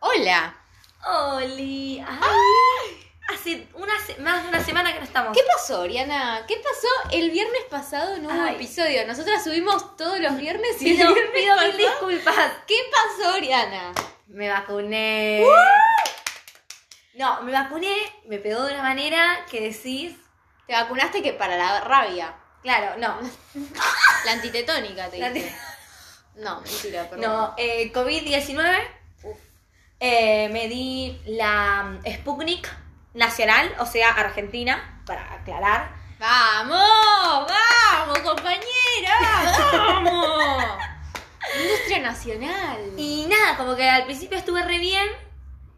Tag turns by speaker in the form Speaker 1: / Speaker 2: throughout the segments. Speaker 1: Hola.
Speaker 2: ¡Oli! Ay, Hace una se- más de una semana que no estamos.
Speaker 1: ¿Qué pasó, Oriana? ¿Qué pasó? El viernes pasado no hubo
Speaker 2: Ay.
Speaker 1: episodio. Nosotras subimos todos los viernes y
Speaker 2: Pido,
Speaker 1: el viernes
Speaker 2: pido
Speaker 1: pasado-
Speaker 2: mil disculpas.
Speaker 1: ¿Qué pasó, Oriana?
Speaker 2: Me vacuné. No, me vacuné, me pegó de una manera que decís.
Speaker 1: Te vacunaste que para la rabia.
Speaker 2: Claro, no.
Speaker 1: La antitetónica te
Speaker 2: La
Speaker 1: dije. No, mentira, perdón.
Speaker 2: No, eh, COVID-19.
Speaker 1: Uf.
Speaker 2: Eh, me di la mm, Sputnik nacional, o sea, Argentina, para aclarar.
Speaker 1: ¡Vamos! ¡Vamos, compañera! ¡Vamos! Industria nacional.
Speaker 2: Y nada, como que al principio estuve re bien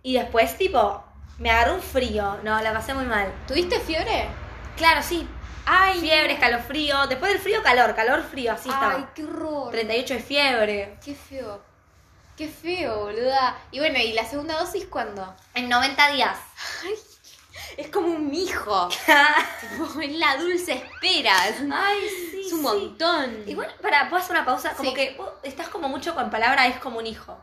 Speaker 2: y después, tipo, me agarró un frío. No, la pasé muy mal.
Speaker 1: ¿Tuviste fiebre?
Speaker 2: Claro, sí.
Speaker 1: ¡Ay!
Speaker 2: Fiebre, escalofrío. Después del frío, calor, calor, frío, así
Speaker 1: ¡Ay,
Speaker 2: estaba.
Speaker 1: qué horror!
Speaker 2: 38 de fiebre.
Speaker 1: Qué feo. Qué feo, boluda. Y bueno, ¿y la segunda dosis cuándo?
Speaker 2: En 90 días.
Speaker 1: Es como un hijo. Tipo, es la dulce espera. Es un,
Speaker 2: Ay, sí.
Speaker 1: es un
Speaker 2: sí.
Speaker 1: montón.
Speaker 2: Igual, para, ¿puedo hacer una pausa? Como
Speaker 1: Sí.
Speaker 2: que vos estás como mucho con palabra, es como un hijo.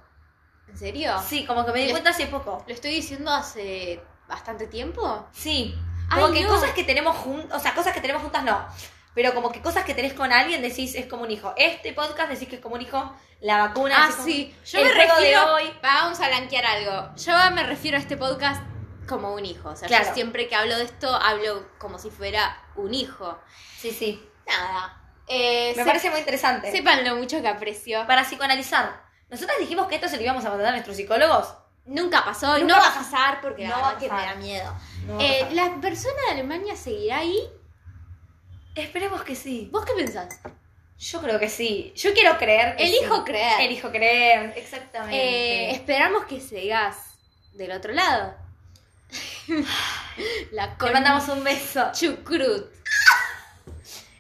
Speaker 1: ¿En serio?
Speaker 2: Sí, como que me di
Speaker 1: Le-
Speaker 2: cuenta hace poco.
Speaker 1: ¿Lo estoy diciendo hace bastante tiempo?
Speaker 2: Sí. Como
Speaker 1: Ay,
Speaker 2: que
Speaker 1: no.
Speaker 2: cosas que tenemos juntas, o sea, cosas que tenemos juntas no. Pero como que cosas que tenés con alguien decís es como un hijo. Este podcast decís que es como un hijo. La vacuna.
Speaker 1: Ah,
Speaker 2: decís como-
Speaker 1: sí. Yo
Speaker 2: el
Speaker 1: me
Speaker 2: juego de
Speaker 1: refiero.
Speaker 2: hoy.
Speaker 1: Va, Vamos a blanquear algo. Yo me refiero a este podcast como un hijo. O sea, yo
Speaker 2: Claro.
Speaker 1: siempre que hablo de esto, hablo como si fuera un hijo.
Speaker 2: Sí, sí.
Speaker 1: Nada. Eh,
Speaker 2: Me
Speaker 1: se-
Speaker 2: parece muy interesante.
Speaker 1: Sepan lo mucho que aprecio.
Speaker 2: Para psicoanalizar. Nosotras dijimos que esto se lo íbamos a mandar a nuestros psicólogos.
Speaker 1: Nunca pasó,
Speaker 2: Nunca
Speaker 1: no va a
Speaker 2: pasó.
Speaker 1: pasar porque la
Speaker 2: No va
Speaker 1: verdad
Speaker 2: a
Speaker 1: que me da
Speaker 2: pasar.
Speaker 1: miedo.
Speaker 2: No,
Speaker 1: Eh,
Speaker 2: no.
Speaker 1: ¿La persona de Alemania seguirá ahí?
Speaker 2: Esperemos que sí.
Speaker 1: ¿Vos qué pensás?
Speaker 2: Yo creo que sí. Yo quiero creer. que
Speaker 1: Elijo
Speaker 2: sí.
Speaker 1: creer.
Speaker 2: Elijo creer. Exactamente.
Speaker 1: Eh, esperamos que sigas del otro lado. la
Speaker 2: Le
Speaker 1: con-
Speaker 2: mandamos un beso.
Speaker 1: chucrut.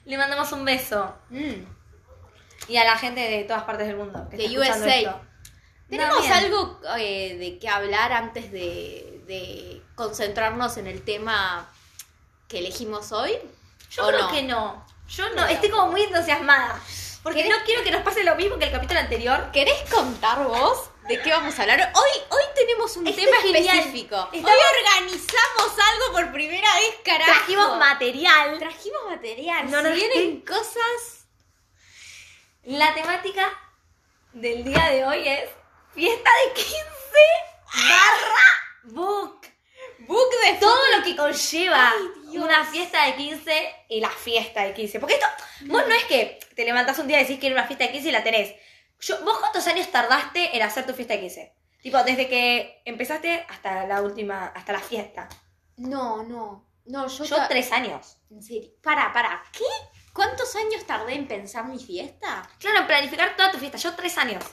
Speaker 2: Le mandamos un beso.
Speaker 1: Mm.
Speaker 2: Y a la gente de todas partes del mundo. que
Speaker 1: De
Speaker 2: está escuchando
Speaker 1: USA.
Speaker 2: esto.
Speaker 1: Tenemos
Speaker 2: También.
Speaker 1: algo eh, de qué hablar antes de, de concentrarnos en el tema que elegimos hoy.
Speaker 2: Yo
Speaker 1: ¿O
Speaker 2: creo
Speaker 1: no?
Speaker 2: que no. Yo no.
Speaker 1: No.
Speaker 2: Estoy como muy entusiasmada. Porque
Speaker 1: ¿Querés-
Speaker 2: no quiero que nos pase lo mismo que el capítulo anterior.
Speaker 1: ¿Querés contar vos de qué vamos a hablar? Hoy, hoy tenemos un
Speaker 2: Esto
Speaker 1: tema
Speaker 2: es Este genial.
Speaker 1: específico. Hoy
Speaker 2: Estamos-
Speaker 1: organizamos algo por primera vez, carajo.
Speaker 2: Trajimos material.
Speaker 1: Trajimos material.
Speaker 2: No, no,
Speaker 1: Se vienen
Speaker 2: estoy-
Speaker 1: cosas.
Speaker 2: La temática del día de hoy es fiesta de 15 barra book.
Speaker 1: Book de
Speaker 2: Todo lo que conlleva
Speaker 1: Ay, Dios.
Speaker 2: una fiesta de 15 y la fiesta de 15. Porque esto, vos no es que te levantás un día y decís que era una fiesta de 15 y la tenés. Yo, ¿Vos cuántos años tardaste en hacer tu fiesta de 15? Tipo, desde que empezaste hasta la última, hasta la fiesta.
Speaker 1: No, no. No, yo.
Speaker 2: Yo
Speaker 1: ta-
Speaker 2: tres años.
Speaker 1: En serio. Para, para. ¿Qué? ¿Cuántos años tardé en pensar mi fiesta?
Speaker 2: Claro, en planificar toda tu fiesta. Yo tres años.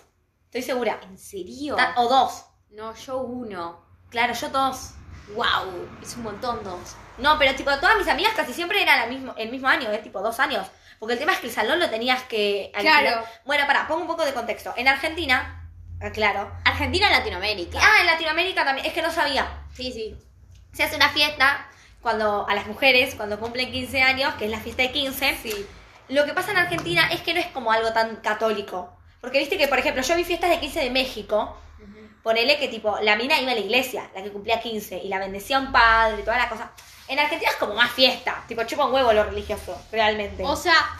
Speaker 2: Estoy segura.
Speaker 1: ¿En serio?
Speaker 2: Ta- O dos.
Speaker 1: No, yo uno.
Speaker 2: Claro, yo dos.
Speaker 1: Wow, es un montón dos.
Speaker 2: No, pero tipo, todas mis amigas casi siempre eran la mismo, el mismo año, es tipo dos años. Porque el tema es que el salón lo tenías que alquilar.
Speaker 1: Claro.
Speaker 2: Bueno, pará, pongo un poco de contexto. En Argentina, aclaro.
Speaker 1: Argentina, Latinoamérica.
Speaker 2: Ah, en Latinoamérica también, es que no sabía.
Speaker 1: Sí, sí.
Speaker 2: Se hace una fiesta cuando a las mujeres, cuando cumplen 15 años, que es la fiesta de 15.
Speaker 1: Sí.
Speaker 2: Lo que pasa en Argentina es que no es como algo tan católico. Porque viste que, por ejemplo, yo vi fiestas de 15 de México, Ponele que tipo, la mina iba a la iglesia, la que cumplía 15, y la bendecía un padre y toda la cosa. En Argentina es como más fiesta, tipo chupa un huevo lo religioso, realmente.
Speaker 1: O sea,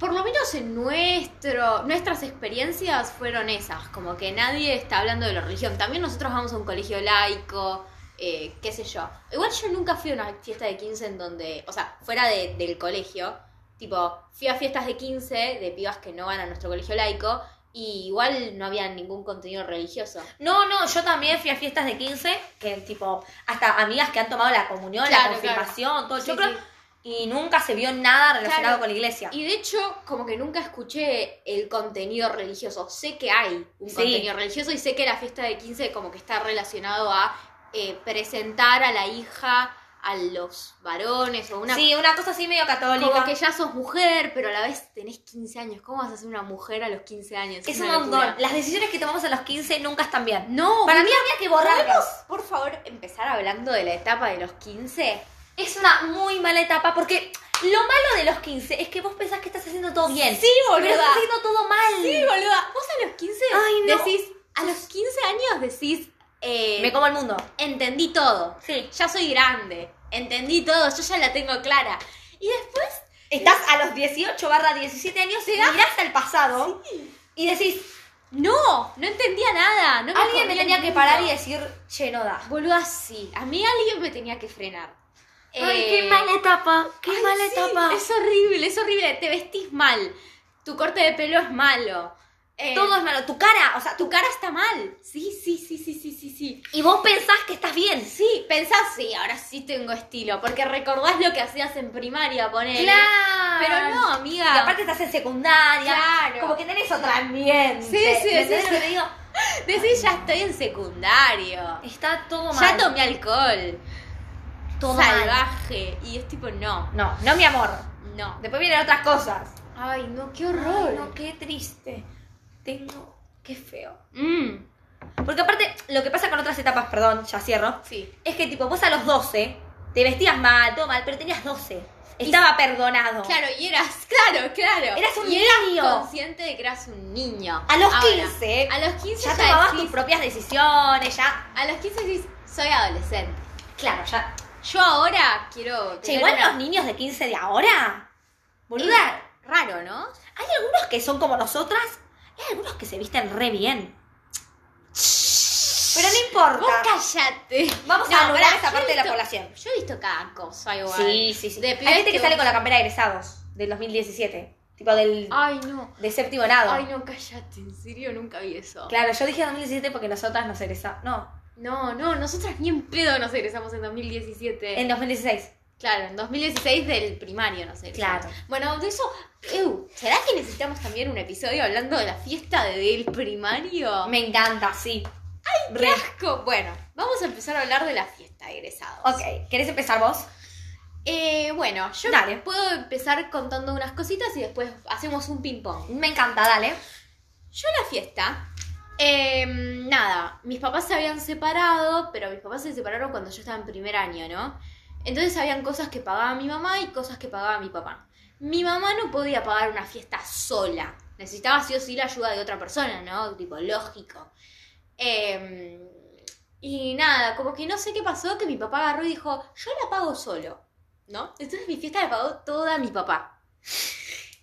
Speaker 1: por lo menos en nuestro, nuestras experiencias fueron esas, como que nadie está hablando de la religión. También nosotros vamos a un colegio laico, eh, qué sé yo. Igual yo nunca fui a una fiesta de 15 en donde, o sea, fuera de- del colegio, tipo, fui a fiestas de 15 de pibas que no van a nuestro colegio laico y igual no había ningún contenido religioso.
Speaker 2: No, no, yo también fui a fiestas de 15, que tipo, hasta amigas que han tomado la comunión,
Speaker 1: Claro,
Speaker 2: la confirmación, todo.
Speaker 1: Sí,
Speaker 2: yo creo,
Speaker 1: sí.
Speaker 2: y nunca se vio nada relacionado
Speaker 1: Claro.
Speaker 2: con la iglesia.
Speaker 1: Y de hecho, como que nunca escuché el contenido religioso. Sé que hay un
Speaker 2: Sí.
Speaker 1: contenido religioso y sé que la fiesta de 15 como que está relacionado a eh, presentar a la hija a los varones o una...
Speaker 2: Sí, una cosa así medio católica.
Speaker 1: Como que ya sos mujer, pero a la vez tenés 15 años. ¿Cómo vas a ser una mujer a los 15 años?
Speaker 2: es un
Speaker 1: una
Speaker 2: montón.
Speaker 1: locura.
Speaker 2: Las decisiones que tomamos a los 15 nunca están bien.
Speaker 1: No,
Speaker 2: Para mí habría que borrarlas.
Speaker 1: por favor, empezar hablando de la etapa de los 15.
Speaker 2: Es una muy mala etapa porque lo malo de los 15 es que vos pensás que estás haciendo todo bien.
Speaker 1: Sí,
Speaker 2: Pero
Speaker 1: boluda.
Speaker 2: estás haciendo todo mal.
Speaker 1: Sí, boluda. Vos a los 15
Speaker 2: Ay, no.
Speaker 1: decís, a los 15 años decís, eh,
Speaker 2: Me como el mundo.
Speaker 1: entendí todo.
Speaker 2: Sí.
Speaker 1: Ya soy grande. Entendí todo. Yo ya la tengo clara. Y después,
Speaker 2: Estás a los 18 barra 17 años y mirás al pasado y decís,
Speaker 1: no, no entendía nada. No me
Speaker 2: alguien
Speaker 1: comía
Speaker 2: me
Speaker 1: el
Speaker 2: tenía que
Speaker 1: mundo.
Speaker 2: parar y decir, che, no da.
Speaker 1: Boluda, sí. A mí alguien me tenía que frenar. Eh,
Speaker 2: etapa,
Speaker 1: ay, sí, Es horrible, es horrible. Te vestís mal. Tu corte de pelo es malo. eh,
Speaker 2: Todo es malo, tu cara, o sea,
Speaker 1: Tu
Speaker 2: tu...
Speaker 1: cara está mal. Sí, sí, sí, sí, sí, sí, sí.
Speaker 2: Y vos pensás que estás bien.
Speaker 1: Sí, pensás, sí, ahora sí tengo estilo. Porque recordás lo que hacías en primaria, ponele.
Speaker 2: Claro.
Speaker 1: Pero no, amiga.
Speaker 2: Y aparte estás en secundaria.
Speaker 1: Claro.
Speaker 2: Como que tenés otra ambiente.
Speaker 1: Sí, sí,
Speaker 2: ¿Me
Speaker 1: sí,
Speaker 2: entendés
Speaker 1: sí.
Speaker 2: lo que digo?
Speaker 1: Decís, ya estoy en secundario.
Speaker 2: Está todo
Speaker 1: Ya
Speaker 2: mal.
Speaker 1: tomé alcohol.
Speaker 2: todo mal.
Speaker 1: salvaje. Y es tipo, no,
Speaker 2: No, no, mi amor.
Speaker 1: no.
Speaker 2: Después vienen otras cosas.
Speaker 1: Ay, no, qué
Speaker 2: Ay, no, qué triste. Tengo... Qué feo.
Speaker 1: Mm,
Speaker 2: Porque aparte, lo que pasa con otras etapas, perdón, ya cierro,
Speaker 1: sí.
Speaker 2: es que tipo, vos a los 12 te vestías mal, todo mal, pero tenías 12. Estaba perdonado.
Speaker 1: Claro, y eras, claro, claro.
Speaker 2: Eras un
Speaker 1: y eras
Speaker 2: niño.
Speaker 1: consciente de que eras un niño.
Speaker 2: A los
Speaker 1: Ahora,
Speaker 2: 15,
Speaker 1: A los 15
Speaker 2: Ya
Speaker 1: ya,
Speaker 2: tomabas
Speaker 1: decís-
Speaker 2: tus propias decisiones, ya...
Speaker 1: A los 15 decís, soy adolescente.
Speaker 2: Claro, ya...
Speaker 1: Yo ahora quiero.
Speaker 2: Che,
Speaker 1: tener
Speaker 2: igual
Speaker 1: una-
Speaker 2: los niños de 15 de ahora, boluda,
Speaker 1: Raro, ¿no?
Speaker 2: hay algunos que son como nosotras, y hay algunos que se visten re bien. Pero no
Speaker 1: Vos
Speaker 2: importa.
Speaker 1: callate.
Speaker 2: Vamos
Speaker 1: No,
Speaker 2: a anular
Speaker 1: pará,
Speaker 2: esa
Speaker 1: yo
Speaker 2: parte
Speaker 1: he
Speaker 2: de la
Speaker 1: visto-
Speaker 2: población.
Speaker 1: Yo he visto cada cosa igual.
Speaker 2: Sí, sí, sí.
Speaker 1: De
Speaker 2: Hay
Speaker 1: pibes
Speaker 2: gente que
Speaker 1: que
Speaker 2: sale
Speaker 1: vos-
Speaker 2: con la campera de egresados del 2017, tipo del
Speaker 1: Ay, no.
Speaker 2: de séptimo grado.
Speaker 1: Ay, no, callate. En serio, nunca vi eso.
Speaker 2: Claro, yo dije 2017 porque nosotras nos egresamos. No,
Speaker 1: No, no, nosotras ni en pedo nos egresamos en 2017.
Speaker 2: en 2016.
Speaker 1: Claro, en 2016 del primario nos egresamos.
Speaker 2: Claro.
Speaker 1: Bueno, de eso, eu, ¿será que necesitamos también un episodio hablando de la fiesta del primario?
Speaker 2: Me encanta, sí.
Speaker 1: ¡Qué
Speaker 2: Re.
Speaker 1: asco! Bueno, vamos a empezar a hablar de la fiesta de egresados.
Speaker 2: Ok, ¿querés empezar vos?
Speaker 1: Eh, bueno, yo
Speaker 2: Dale.
Speaker 1: puedo empezar contando unas cositas y después hacemos un ping-pong.
Speaker 2: Me encanta, dale.
Speaker 1: Yo en la fiesta, eh, nada, mis papás se habían separado, pero mis papás se separaron cuando yo estaba en primer año, ¿no? Entonces habían cosas que pagaba mi mamá y cosas que pagaba mi papá. Mi mamá no podía pagar una fiesta sola. Necesitaba sí o sí la ayuda de otra persona, ¿no? Tipo, lógico. Eh, y nada, como que no sé qué pasó, que mi papá agarró y dijo, yo la pago solo, ¿no? Entonces mi fiesta la pagó toda mi papá.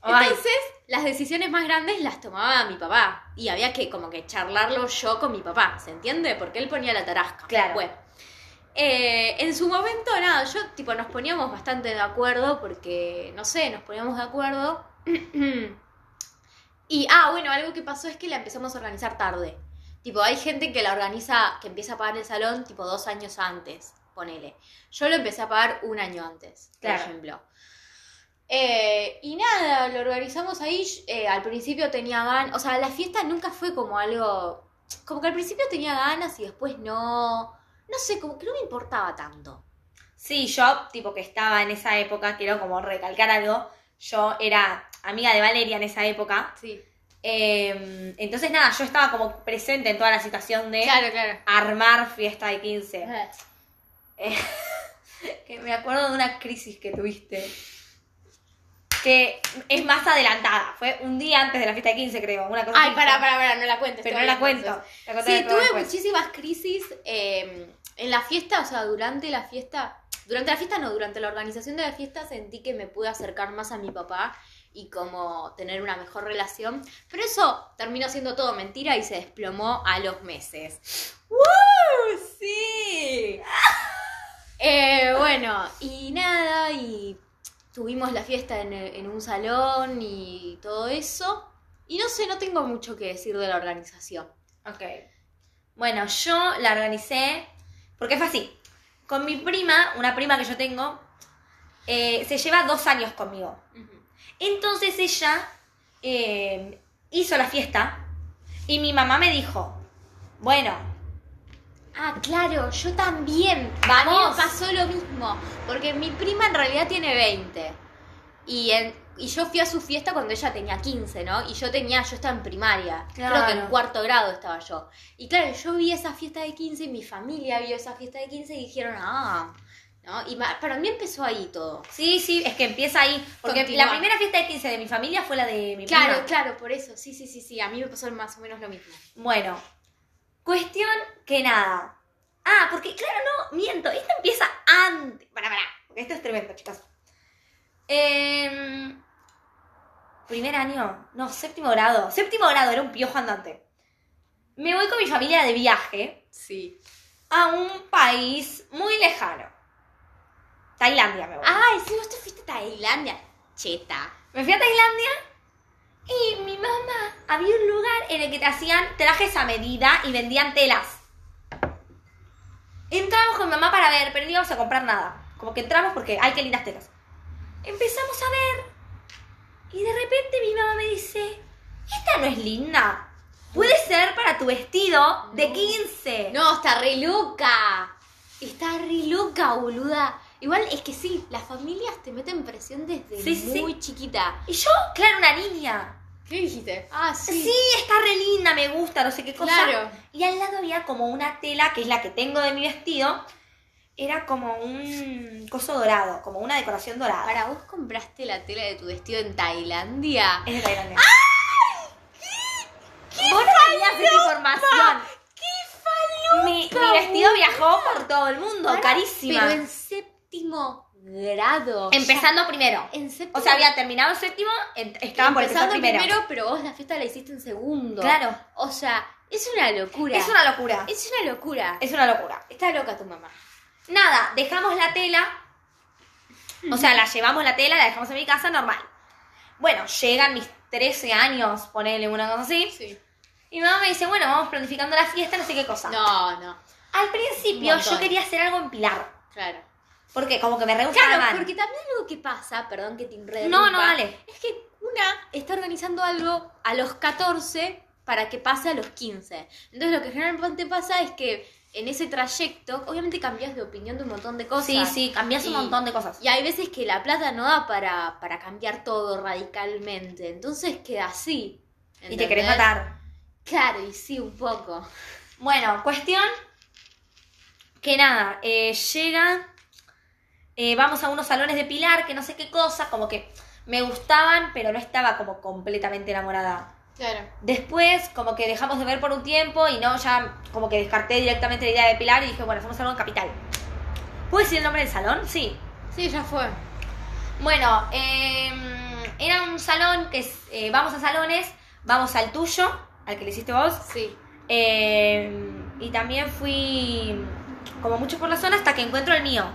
Speaker 2: Ay,
Speaker 1: Entonces, las decisiones más grandes las tomaba mi papá. Y había que como que charlarlo yo con mi papá, ¿se entiende? Porque él ponía la tarasca.
Speaker 2: Claro.
Speaker 1: Bueno. eh, en su momento, nada, yo tipo nos poníamos bastante de acuerdo porque, no sé, nos poníamos de acuerdo. y, ah, bueno, algo que pasó es que la empezamos a organizar tarde. Tipo, hay gente que la organiza, que empieza a pagar el salón tipo dos años antes, ponele. Yo lo empecé a pagar un año antes, por
Speaker 2: Claro.
Speaker 1: ejemplo. Eh, y nada, lo organizamos ahí. eh, al principio tenía ganas, o sea, la fiesta nunca fue como algo, como que al principio tenía ganas y después no, no sé, como que no me importaba tanto.
Speaker 2: Sí, yo, tipo que estaba en esa época, quiero como recalcar algo. Yo era amiga de Valeria en esa época.
Speaker 1: Sí.
Speaker 2: Eh, entonces, nada, yo estaba como presente en toda la situación de
Speaker 1: Claro, claro.
Speaker 2: armar fiesta de 15. Que me acuerdo de una crisis que tuviste. Que es más adelantada. Fue un día antes de la fiesta de 15, creo. Una cosa
Speaker 1: Ay,
Speaker 2: así.
Speaker 1: para, para, para, no la cuentes.
Speaker 2: Pero no
Speaker 1: todavía,
Speaker 2: la cuento.
Speaker 1: entonces.
Speaker 2: La contaré
Speaker 1: Sí,
Speaker 2: todo
Speaker 1: tuve
Speaker 2: después.
Speaker 1: muchísimas crisis eh, en la fiesta, o sea, durante la fiesta, durante la fiesta no, durante la organización de la fiesta sentí que me pude acercar más a mi papá y como tener una mejor relación, pero eso terminó siendo todo mentira y se desplomó a los meses. ¡Woo! ¡Sí! Eh, bueno, y nada, y tuvimos la fiesta en, en un salón y todo eso. Y no sé, no tengo mucho que decir de la organización.
Speaker 2: Ok. Bueno, yo la organicé porque fue así. Con mi prima, una prima que yo tengo, eh, se lleva dos años conmigo. Entonces ella eh, hizo la fiesta y mi mamá me dijo, bueno,
Speaker 1: Ah, claro, yo también. A mí
Speaker 2: Vamos.
Speaker 1: me pasó lo mismo. Porque mi prima en realidad tiene 20. Y, en- y yo fui a su fiesta cuando ella tenía 15, ¿no? Y yo tenía, yo estaba en primaria. Creo que en
Speaker 2: Claro.
Speaker 1: cuarto grado estaba yo. Y claro, yo vi esa fiesta de 15, mi familia vio esa fiesta de 15 y dijeron, ah, ¿no? Y ma- para mí empezó ahí todo.
Speaker 2: sí, sí, es que empieza ahí. Porque
Speaker 1: Continúa.
Speaker 2: la primera fiesta de 15 de mi familia fue la de mi
Speaker 1: Claro,
Speaker 2: prima.
Speaker 1: claro, por eso. Sí, sí, sí, sí. A mí me pasó más o menos lo mismo.
Speaker 2: Bueno, cuestión que nada. Ah, porque, claro, no, miento. Esta empieza antes. Para, para. Porque esto es tremendo, chicas. Em, primer año. No, séptimo grado. Séptimo grado, era un piojo andante. Me voy con mi familia de viaje
Speaker 1: Sí.
Speaker 2: a un país muy lejano. Tailandia me voy.
Speaker 1: Ay, sí, vos te fuiste a Tailandia. Cheta.
Speaker 2: Me fui a Tailandia y mi mamá había un lugar en el que te hacían trajes a medida y vendían telas. Entramos con mi mamá para ver, pero no íbamos a comprar nada. Como que entramos porque hay que lindas telas. Empezamos a ver y de repente mi mamá me dice, esta no es linda. Puede ser para tu vestido de
Speaker 1: No.
Speaker 2: 15.
Speaker 1: No, está re loca. Está re loca, boluda. Igual es que sí, las familias te meten presión desde
Speaker 2: Sí, sí,
Speaker 1: muy chiquita.
Speaker 2: Y yo, claro, una niña.
Speaker 1: ¿Qué dijiste? Ah, sí.
Speaker 2: Sí, está re linda, me gusta, no sé qué cosa.
Speaker 1: Claro.
Speaker 2: Y al lado había como una tela, que es la que tengo de mi vestido. Era como un coso dorado, como una decoración dorada.
Speaker 1: Para vos compraste la tela de tu vestido en Tailandia.
Speaker 2: Es de Tailandia. Vos no tenías esa información.
Speaker 1: ¡Ah!
Speaker 2: Mi, mi vestido viajó por todo el mundo,
Speaker 1: Pará,
Speaker 2: carísima.
Speaker 1: Pero en séptimo grado.
Speaker 2: Empezando primero.
Speaker 1: Ya, en séptimo.
Speaker 2: O sea, había terminado el séptimo, en- estaban por empezar
Speaker 1: empezando
Speaker 2: primero.
Speaker 1: primero, pero vos la fiesta la hiciste en segundo.
Speaker 2: Claro.
Speaker 1: O sea, es una locura.
Speaker 2: Es una locura.
Speaker 1: Es una locura.
Speaker 2: Es una locura.
Speaker 1: Está loca tu mamá.
Speaker 2: Nada, dejamos la tela. O sea, la llevamos la tela, la dejamos en mi casa, normal. Bueno, llegan mis 13 años, ponele una cosa así.
Speaker 1: Sí.
Speaker 2: Y mi mamá me dice, bueno, vamos planificando la fiesta, no sé qué cosa.
Speaker 1: No, no.
Speaker 2: Al
Speaker 1: Un
Speaker 2: principio
Speaker 1: montón.
Speaker 2: yo quería hacer algo en Pilar.
Speaker 1: Claro.
Speaker 2: Porque como que me re gustaba.
Speaker 1: Claro, porque también algo que pasa, perdón que te enredo.
Speaker 2: No, no, dale.
Speaker 1: Es que una está organizando algo a los 14 para que pase a los 15. Entonces lo que generalmente pasa es que en ese trayecto, obviamente cambias de opinión de un montón de cosas.
Speaker 2: Sí, sí, cambias un
Speaker 1: y-
Speaker 2: montón de cosas.
Speaker 1: Y hay veces que la plata no da para, para cambiar todo radicalmente. Entonces queda así.
Speaker 2: Y te querés
Speaker 1: ¿entendés?
Speaker 2: matar.
Speaker 1: Claro, y sí, un poco.
Speaker 2: Bueno, cuestión que nada, eh, llega, eh, vamos a unos salones de Pilar, que no sé qué cosa, como que me gustaban, pero no estaba como completamente enamorada.
Speaker 1: Claro.
Speaker 2: Después, como que dejamos de ver por un tiempo y no, ya como que descarté directamente la idea de Pilar y dije, bueno, hacemos algo en Capital. ¿Puedo decir el nombre del salón? Sí.
Speaker 1: Sí, ya fue.
Speaker 2: Bueno, eh, era un salón que es, eh, vamos a salones, vamos al tuyo, al que le hiciste vos,
Speaker 1: Sí.
Speaker 2: eh, y también fui como mucho por la zona hasta que encuentro el mío.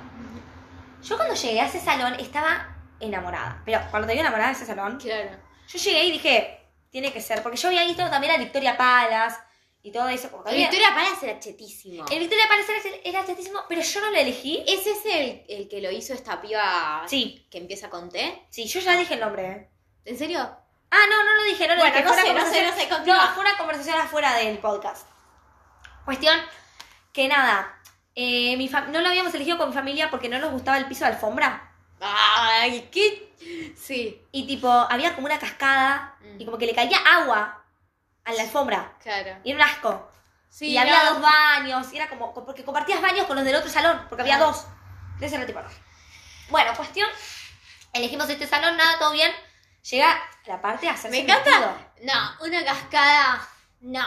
Speaker 2: Yo cuando llegué a ese salón estaba enamorada. Pero cuando te digo enamorada de ese salón,
Speaker 1: Claro.
Speaker 2: yo llegué y dije, tiene que ser. Porque yo había visto también a Victoria Palas y todo eso. como que
Speaker 1: La
Speaker 2: había-
Speaker 1: Victoria Palace era chetísimo.
Speaker 2: El Victoria Palas era, era chatísimo, pero yo no lo elegí.
Speaker 1: ¿Es ese el, el que lo hizo esta piba
Speaker 2: Sí,
Speaker 1: que empieza con T?
Speaker 2: sí, yo ya dije el nombre. ¿eh?
Speaker 1: ¿En serio?
Speaker 2: Ah, no, no lo dije, no lo
Speaker 1: Bueno,
Speaker 2: dije.
Speaker 1: no
Speaker 2: fue una
Speaker 1: sé, no sé,
Speaker 2: conversación-
Speaker 1: no sé, continúa.
Speaker 2: fue una conversación afuera del podcast. Cuestión que nada, eh, mi fam- no lo habíamos elegido con mi familia porque no nos gustaba el piso de alfombra.
Speaker 1: Ay, qué. Sí,
Speaker 2: Y tipo, había como una cascada
Speaker 1: Mm.
Speaker 2: y como que le caía agua a la alfombra.
Speaker 1: claro.
Speaker 2: Y era un asco.
Speaker 1: Sí,
Speaker 2: y había
Speaker 1: no.
Speaker 2: dos baños, y era como, porque compartías baños con los del otro salón, porque había
Speaker 1: Ah.
Speaker 2: dos. De ese era tipo, no. Bueno, cuestión, elegimos este salón, nada, todo bien. Llega la parte de hacerse
Speaker 1: Me
Speaker 2: el
Speaker 1: encanta.
Speaker 2: vestido.
Speaker 1: No, una cascada. No.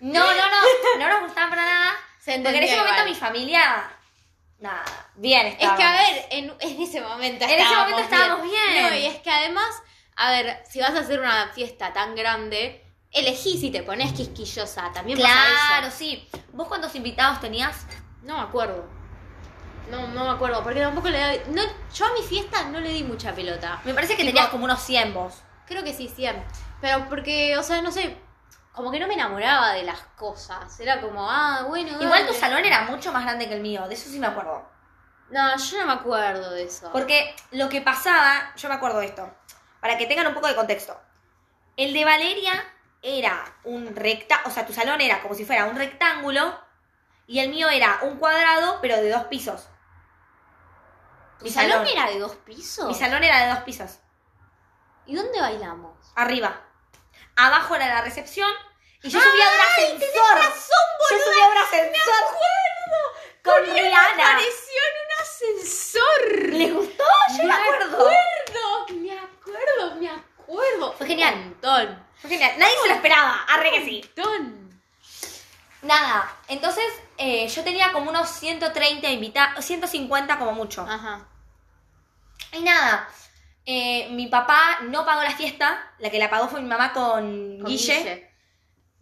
Speaker 2: No, no, no, no nos gustaba para nada.
Speaker 1: Se
Speaker 2: Porque en
Speaker 1: entendía
Speaker 2: ese momento
Speaker 1: igual.
Speaker 2: mi familia, nada, bien
Speaker 1: Es
Speaker 2: estaba.
Speaker 1: que, a ver, en, en ese momento
Speaker 2: En
Speaker 1: estábamos
Speaker 2: ese momento estábamos bien.
Speaker 1: No, y es que además, a ver, si vas a hacer una fiesta tan grande, elegí si te pones quisquillosa. También pasa
Speaker 2: Claro,
Speaker 1: eso.
Speaker 2: sí. ¿Vos cuántos invitados tenías?
Speaker 1: No me acuerdo. No, no me acuerdo, porque tampoco le da... No, yo a mi fiesta no le di mucha pelota.
Speaker 2: Me parece que
Speaker 1: Tipo-
Speaker 2: tenías como unos 100 vos.
Speaker 1: Creo que sí, 100. Pero porque, o sea, no sé, como que no me enamoraba de las cosas. Era como, ah, bueno.
Speaker 2: Igual
Speaker 1: dale.
Speaker 2: tu salón era mucho más grande que el mío, de eso sí me acuerdo.
Speaker 1: No, yo no me acuerdo de eso.
Speaker 2: Porque lo que pasaba, yo me acuerdo de esto, para que tengan un poco de contexto. El de Valeria era un recta, o sea, tu salón era como si fuera un rectángulo y el mío era un cuadrado, pero de dos pisos.
Speaker 1: ¿Tu salón, era de dos pisos?
Speaker 2: Mi salón era de dos pisos.
Speaker 1: ¿Y dónde bailamos?
Speaker 2: Arriba. Abajo era la recepción. Y yo subía a un ascensor. yo subía a un ascensor. Con Rihanna.
Speaker 1: Apareció en un ascensor.
Speaker 2: ¿Le gustó? Yo me acuerdo.
Speaker 1: acuerdo. Me acuerdo, me acuerdo.
Speaker 2: Fue genial.
Speaker 1: Un montón.
Speaker 2: Fue genial. Nadie se lo esperaba. Arre que sí.
Speaker 1: un montón.
Speaker 2: Nada, entonces eh, yo tenía como unos 130 invitados, 150 como mucho.
Speaker 1: Ajá.
Speaker 2: Y nada, eh, mi papá no pagó la fiesta, la que la pagó fue mi mamá con,
Speaker 1: Con
Speaker 2: Guille,
Speaker 1: Guille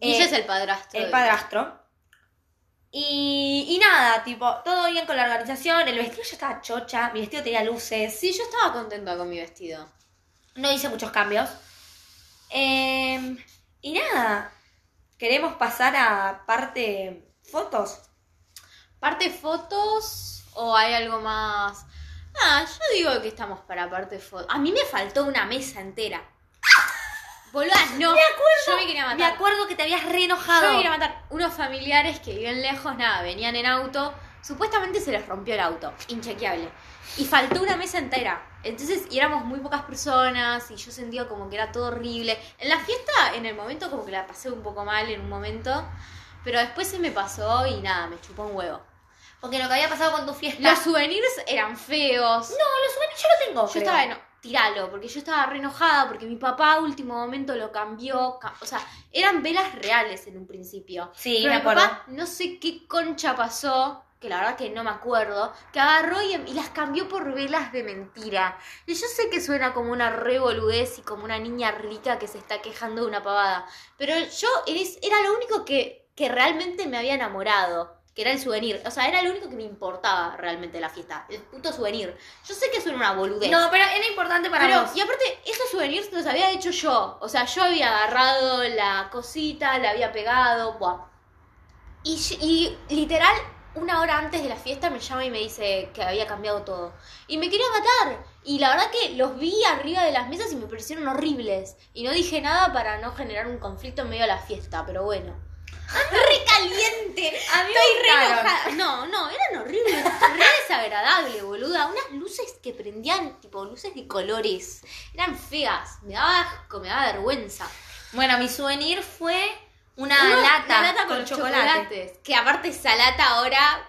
Speaker 2: Eh,
Speaker 1: es el padrastro.
Speaker 2: el
Speaker 1: de-
Speaker 2: padrastro. Y, y nada, tipo, todo bien con la organización, el vestido ya estaba chocha, mi vestido tenía luces,
Speaker 1: Sí, yo estaba contenta con mi vestido.
Speaker 2: no hice muchos cambios. Eh, y nada, queremos pasar a parte fotos.
Speaker 1: ¿Parte fotos o hay algo más? Ah, yo digo que estamos para parte fotos. A mí me faltó una mesa entera. Boludas, no.
Speaker 2: Me acuerdo.
Speaker 1: Yo me quería matar.
Speaker 2: Me acuerdo que te habías re
Speaker 1: Yo
Speaker 2: enojado.
Speaker 1: me quería matar. Unos familiares que viven lejos, nada, venían en auto. Supuestamente se les rompió el auto, inchequeable. Y faltó una mesa entera. Entonces, y éramos muy pocas personas y yo sentía como que era todo horrible. En la fiesta, en el momento, como que la pasé un poco mal en un momento. Pero después se me pasó y nada, me chupó un huevo.
Speaker 2: Porque lo que había pasado con tu fiesta.
Speaker 1: Los souvenirs eran feos.
Speaker 2: No, los souvenirs yo lo tengo.
Speaker 1: yo
Speaker 2: creo.
Speaker 1: estaba eno- tiralo, porque yo estaba re enojada porque mi papá a último momento lo cambió, ca- o sea, eran velas reales en un principio.
Speaker 2: Sí,
Speaker 1: Pero
Speaker 2: me
Speaker 1: mi
Speaker 2: acuerdo.
Speaker 1: papá no sé qué concha pasó, que la verdad que no me acuerdo, que agarró y, y las cambió por velas de mentira. Y yo sé que suena como una revoludez y como una niña rica que se está quejando de una pavada, pero yo eres- era lo único que, que realmente me había enamorado. Que era el souvenir. O sea, era lo único que me importaba realmente de la fiesta. El puto souvenir. Yo sé que suena una boludez.
Speaker 2: No, pero era importante para
Speaker 1: Pero,
Speaker 2: vos.
Speaker 1: y aparte, esos souvenirs los había hecho yo. O sea, yo había agarrado la cosita, la había pegado, buah. Y, yo- y literal, una hora antes de la fiesta me llama y me dice que había cambiado todo. Y me quería matar. Y la verdad que los vi arriba de las mesas y me parecieron horribles. Y no dije nada para no generar un conflicto en medio de la fiesta, pero bueno. ¡Re caliente!
Speaker 2: A mí me
Speaker 1: Estoy re
Speaker 2: gustaron.
Speaker 1: enojada. No, no, eran horribles. Re desagradable, boluda. Unas luces que prendían, tipo luces de colores. Eran feas. Me daba asco, me daba vergüenza.
Speaker 2: Bueno, mi souvenir fue una
Speaker 1: Uno-
Speaker 2: lata,
Speaker 1: una lata con, chocolate. Que aparte esa lata ahora,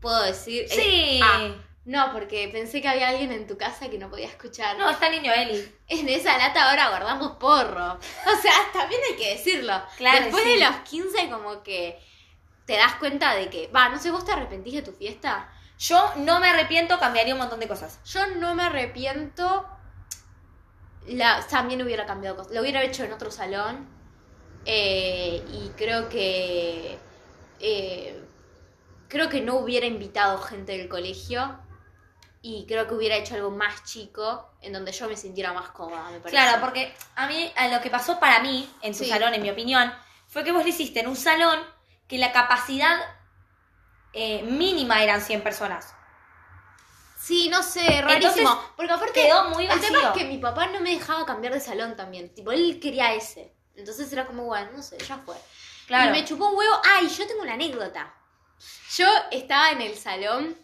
Speaker 1: puedo decir... es-
Speaker 2: Sí.
Speaker 1: ah, no, porque pensé que había alguien en tu casa que no podía escuchar.
Speaker 2: No, está el niño Eli.
Speaker 1: En esa lata ahora guardamos porro. O sea, también hay que decirlo.
Speaker 2: Claro,
Speaker 1: Después
Speaker 2: sí.
Speaker 1: de los 15 como que te das cuenta de que, va, no sé, vos te arrepentís de tu fiesta.
Speaker 2: Yo no me arrepiento, cambiaría un montón de cosas.
Speaker 1: Yo no me arrepiento. La, también hubiera cambiado cosas. Lo hubiera hecho en otro salón. Eh, y creo que. eh, creo que no hubiera invitado gente del colegio. Y creo que hubiera hecho algo más chico en donde yo me sintiera más cómoda, me parece.
Speaker 2: Claro, porque a mí, a lo que pasó para mí, en su
Speaker 1: Sí.
Speaker 2: salón, en mi opinión, fue que vos lo hiciste en un salón que la capacidad eh, mínima eran 100 personas.
Speaker 1: Sí, no sé, rarísimo.
Speaker 2: Entonces,
Speaker 1: porque aparte.
Speaker 2: Quedó muy
Speaker 1: El
Speaker 2: vacío.
Speaker 1: tema es que mi papá no me dejaba cambiar de salón también. Tipo, él quería ese. Entonces era como, bueno, no sé, ya fue.
Speaker 2: Claro.
Speaker 1: Y me chupó un huevo. Ay, yo tengo una anécdota. Yo estaba en el salón,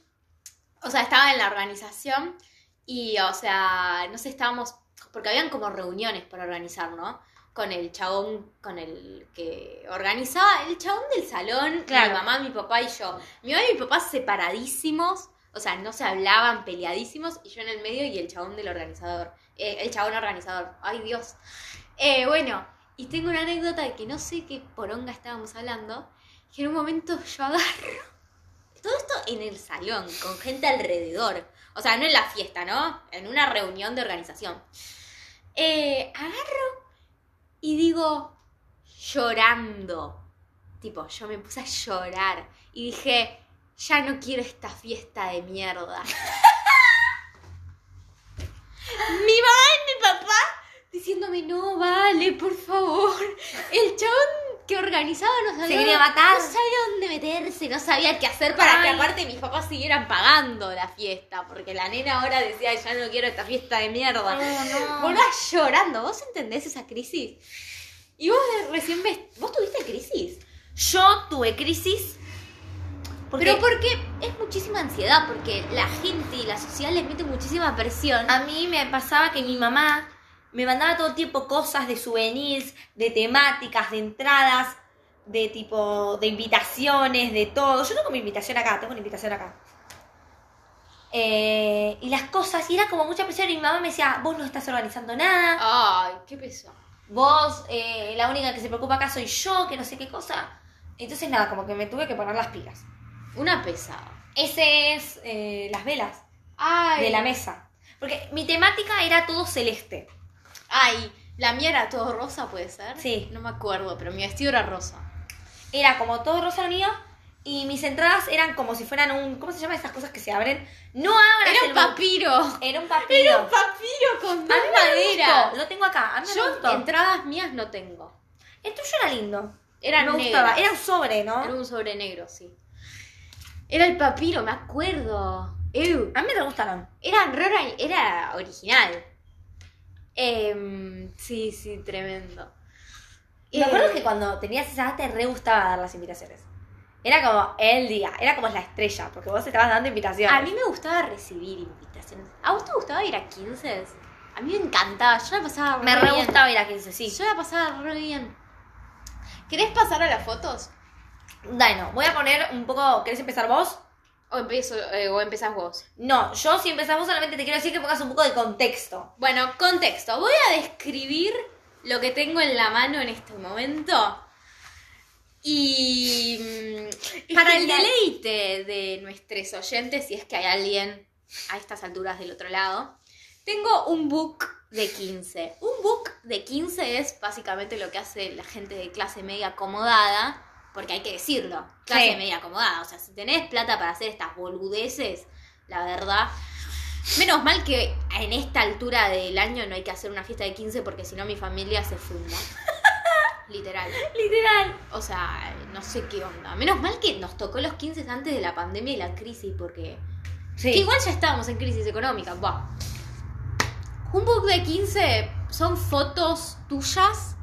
Speaker 1: o sea, estaba en la organización y, o sea, no sé, estábamos, porque habían como reuniones para organizar, ¿no? Con el chabón, con el que organizaba, el chabón del salón,
Speaker 2: Claro.
Speaker 1: mi mamá, mi papá y yo. Mi mamá y mi papá separadísimos, o sea, no se hablaban, peleadísimos, y yo en el medio y el chabón del organizador. Eh, el chabón organizador. Ay, Dios. Eh, bueno, y tengo una anécdota de que no sé qué poronga estábamos hablando, que en un momento yo agarro. Todo esto en el salón, con gente alrededor. O sea, no en la fiesta, ¿no? En una reunión de organización. Eh, agarro y digo, llorando. Tipo, yo me puse a llorar y dije, ya no quiero esta fiesta de mierda. mi mamá y mi papá diciéndome, no, vale, por favor. El chabón que organizaba no sabía,
Speaker 2: Se quería matar.
Speaker 1: no sabía dónde meterse, no sabía qué hacer para que
Speaker 2: Ay.
Speaker 1: aparte mis papás siguieran pagando la fiesta, porque la nena ahora decía, ya no quiero esta fiesta de mierda.
Speaker 2: Oh, No, no.
Speaker 1: Volvás llorando, ¿vos entendés esa crisis? Y vos de- recién ves, vos tuviste crisis.
Speaker 2: Yo tuve crisis. Porque
Speaker 1: Pero porque es muchísima ansiedad, porque la gente y la sociedad les mete muchísima presión.
Speaker 2: a mí me pasaba que mi mamá me mandaba todo tipo cosas de souvenirs, de temáticas, de entradas, de tipo, de invitaciones, de todo. Yo tengo mi invitación acá, tengo una invitación acá. Eh, y las cosas, y era como mucha presión. Y mi mamá me decía, vos no estás organizando nada,
Speaker 1: Ay, qué pesado.
Speaker 2: vos, eh, la única que se preocupa acá soy yo, que no sé qué cosa. Entonces nada, como que me tuve que poner las pilas.
Speaker 1: Una pesada.
Speaker 2: Ese es eh, las velas
Speaker 1: Ay.
Speaker 2: de la mesa. Porque mi temática era todo celeste.
Speaker 1: Ay, la mía era todo rosa, puede ser.
Speaker 2: Sí.
Speaker 1: No me acuerdo, pero mi vestido era rosa.
Speaker 2: Era como todo rosa mío y mis entradas eran como si fueran un... ¿Cómo se llama esas cosas que se abren? No abras
Speaker 1: Era
Speaker 2: el
Speaker 1: un
Speaker 2: bo-
Speaker 1: papiro.
Speaker 2: Era un papiro.
Speaker 1: Era un papiro con
Speaker 2: A
Speaker 1: más
Speaker 2: mí me
Speaker 1: madera.
Speaker 2: gustó, Lo tengo acá. A mí me
Speaker 1: Yo
Speaker 2: gustó.
Speaker 1: entradas mías no tengo.
Speaker 2: El tuyo era lindo.
Speaker 1: Era
Speaker 2: me
Speaker 1: negro.
Speaker 2: gustaba. Era un sobre, ¿no?
Speaker 1: Era un sobre negro, sí. Era el papiro, me acuerdo. Ew.
Speaker 2: A mí me gustaron.
Speaker 1: Era, re ori- era original. Em, sí, sí, tremendo.
Speaker 2: Me acuerdo
Speaker 1: Eh,
Speaker 2: que cuando tenías esa edad te re gustaba dar las invitaciones. Era como el día, era como la estrella, porque vos estabas dando invitaciones.
Speaker 1: Eh, A mí me gustaba recibir invitaciones. ¿A vos te gustaba ir a 15? A mí me encantaba, yo la pasaba
Speaker 2: me
Speaker 1: re
Speaker 2: re
Speaker 1: bien.
Speaker 2: gustaba ir a 15, sí.
Speaker 1: Yo la pasaba re bien. ¿Querés pasar a las fotos?
Speaker 2: Bueno, voy a poner un poco. ¿Querés empezar vos?
Speaker 1: ¿O, empiezo, eh, o empezás vos?
Speaker 2: No, yo si empezás vos solamente te quiero decir que pongas un poco de contexto.
Speaker 1: Bueno, contexto. Voy a describir lo que tengo en la mano en este momento. Y mm, para el
Speaker 2: genial.
Speaker 1: deleite de nuestros oyentes, si es que hay alguien a estas alturas del otro lado, tengo un book de 15. Un book de 15 es básicamente lo que hace la gente de clase media acomodada, porque hay que decirlo, clase
Speaker 2: Sí.
Speaker 1: media acomodada. O sea, si tenés plata para hacer estas boludeces, la verdad, Menos mal que en esta altura del año no hay que hacer una fiesta de 15 porque si no mi familia se funda. Literal.
Speaker 2: Literal.
Speaker 1: O sea, no sé qué onda. Menos mal que nos tocó los 15 antes de la pandemia y la crisis porque...
Speaker 2: Sí.
Speaker 1: que igual ya estábamos en crisis económica. Buah. Un book de 15 son fotos tuyas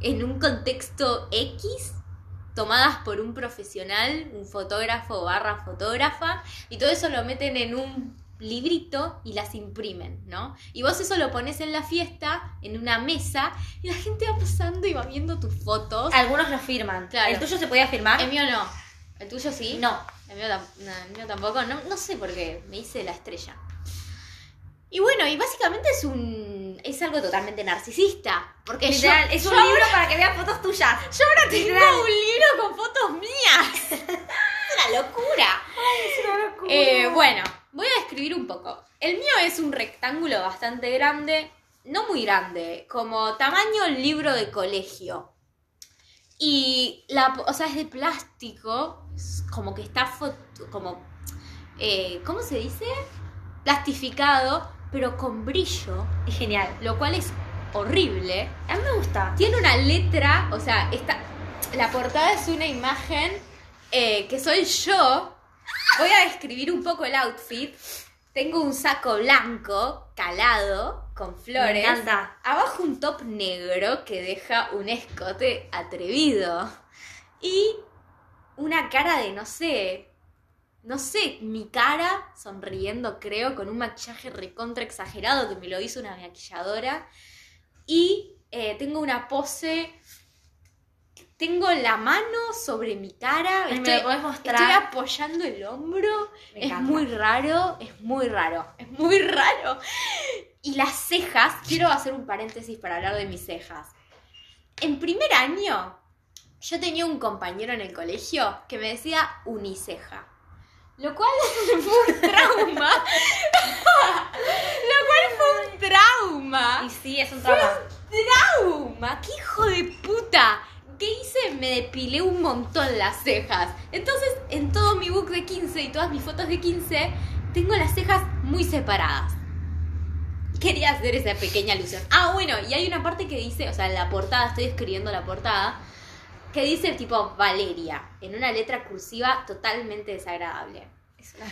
Speaker 1: en un contexto X tomadas por un profesional, un fotógrafo barra fotógrafa, y todo eso lo meten en un librito y las imprimen, ¿no? Y vos eso lo pones en la fiesta, en una mesa, y la gente va pasando y va viendo tus fotos.
Speaker 2: Algunos lo firman.
Speaker 1: Claro.
Speaker 2: ¿El tuyo se podía firmar?
Speaker 1: El mío no. ¿El tuyo sí?
Speaker 2: No.
Speaker 1: El mío, tam- no, el mío tampoco, no, no sé por qué, me hice la estrella. Y bueno, y básicamente es un es algo totalmente narcisista, porque yo-
Speaker 2: Literal, es
Speaker 1: Eh, yo,
Speaker 2: un libro para que vean fotos tuyas.
Speaker 1: yo ahora tengo
Speaker 2: literal.
Speaker 1: un libro con fotos mías. es una locura.
Speaker 2: Es una locura.
Speaker 1: Eh, bueno, voy a describir un poco. El mío es un rectángulo bastante grande, no muy grande, como tamaño libro de colegio. Y la, o sea, es de plástico, es como que está foto- como eh, ¿cómo se dice? plastificado, pero con brillo,
Speaker 2: Es genial.
Speaker 1: lo cual es horrible.
Speaker 2: A mí me gusta.
Speaker 1: Tiene una letra, o sea, esta, la portada es una imagen eh, que soy yo. Voy a describir un poco el outfit. Tengo un saco blanco, calado, con
Speaker 2: Me
Speaker 1: flores.
Speaker 2: encanta.
Speaker 1: Abajo un top negro que deja un escote atrevido. Y una cara de, no sé, no sé, mi cara sonriendo creo, con un maquillaje recontra exagerado que me lo hizo una maquilladora. Y eh, tengo una pose, tengo la mano sobre mi cara,
Speaker 2: Ay,
Speaker 1: estoy,
Speaker 2: me lo podés
Speaker 1: estoy
Speaker 2: mostrar.
Speaker 1: apoyando el hombro.
Speaker 2: Me
Speaker 1: Es
Speaker 2: encanta.
Speaker 1: muy raro, es muy raro, es muy raro. Y las cejas, quiero hacer un paréntesis para hablar de mis cejas. En primer año, yo tenía un compañero en el colegio que me decía uniceja. Lo cual fue un trauma. lo cual fue un trauma.
Speaker 2: Y sí, es un trauma.
Speaker 1: ¡Trauma! ¡Qué hijo de puta! ¿Qué hice? Me depilé un montón las cejas. Entonces, en todo mi book de 15 y todas mis fotos de 15, tengo las cejas muy separadas. Quería hacer esa pequeña alusión. Ah, bueno, y hay una parte que dice, o sea, en la portada, estoy escribiendo la portada, que dice tipo Valeria, en una letra cursiva totalmente desagradable.
Speaker 2: Es una-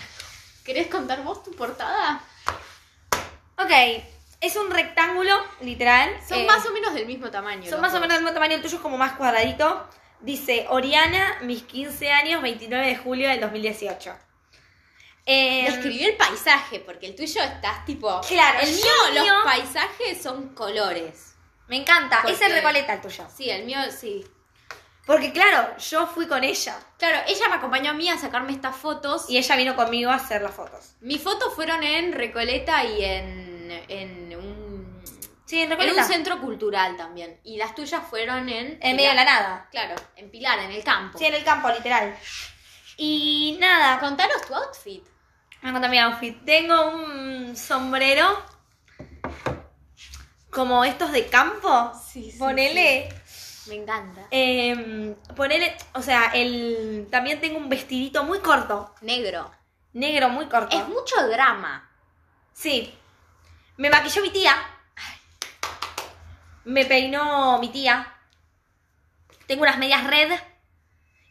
Speaker 1: ¿Querés contar vos tu portada?
Speaker 2: Ok, es un rectángulo, literal.
Speaker 1: Son
Speaker 2: Eh,
Speaker 1: más o menos del mismo tamaño.
Speaker 2: son
Speaker 1: los
Speaker 2: más o
Speaker 1: dos.
Speaker 2: menos del mismo tamaño, el tuyo es como más cuadradito. Dice, Oriana, mis 15 años, 29 de julio del 2018. Eh,
Speaker 1: Describí el paisaje, porque el tuyo estás tipo.
Speaker 2: Claro,
Speaker 1: El
Speaker 2: yo
Speaker 1: mío,
Speaker 2: el mío-
Speaker 1: los paisajes son colores.
Speaker 2: me encanta, es el
Speaker 1: Porque-
Speaker 2: Recoleta el tuyo.
Speaker 1: Sí, el mío sí.
Speaker 2: Porque claro, yo fui con ella
Speaker 1: Claro, ella me acompañó a mí a sacarme estas fotos.
Speaker 2: y ella vino conmigo a hacer las fotos.
Speaker 1: Mis fotos fueron en Recoleta y en. en un.
Speaker 2: Sí, en
Speaker 1: En
Speaker 2: Recoleta.
Speaker 1: un centro cultural también. Y las tuyas fueron en.
Speaker 2: En medio de la nada.
Speaker 1: Claro, en Pilar, en el campo.
Speaker 2: Sí, en el campo, literal. Y nada,
Speaker 1: Contanos tu outfit.
Speaker 2: Me encanta mi outfit. Tengo un sombrero como estos de campo.
Speaker 1: Sí, Eh, sí,
Speaker 2: ponele.
Speaker 1: Me encanta.
Speaker 2: em, ponele. O sea, el. También tengo un vestidito muy corto.
Speaker 1: Negro.
Speaker 2: Negro, muy corto.
Speaker 1: Es mucho drama.
Speaker 2: Sí. Me maquilló mi tía. Me peinó mi tía. Tengo unas medias red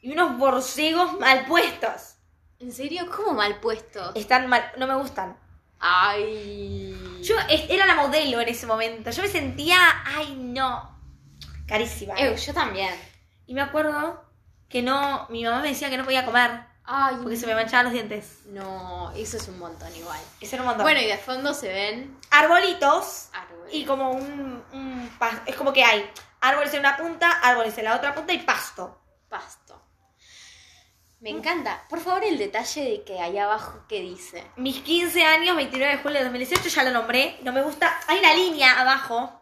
Speaker 2: y unos borcegos mal puestos.
Speaker 1: ¿En serio? ¿Cómo mal puesto?
Speaker 2: Están mal. No me gustan.
Speaker 1: Ay.
Speaker 2: Yo es- era la modelo en ese momento. Yo me sentía, ay no, carísima.
Speaker 1: Eh, yo también.
Speaker 2: Y me acuerdo que no, mi mamá me decía que no podía comer
Speaker 1: Ay.
Speaker 2: porque se me manchaban los dientes.
Speaker 1: No, eso es un montón igual.
Speaker 2: Eso era un montón.
Speaker 1: Bueno, y de fondo se ven
Speaker 2: arbolitos
Speaker 1: árboles.
Speaker 2: y como un, un pas- es como que hay árboles en una punta, árboles en la otra punta y pasto.
Speaker 1: pasto. Me encanta. Por favor, el detalle de que ahí abajo que dice.
Speaker 2: Mis 15 años, 29 de julio de 2018, ya lo nombré. No me gusta. Hay una línea abajo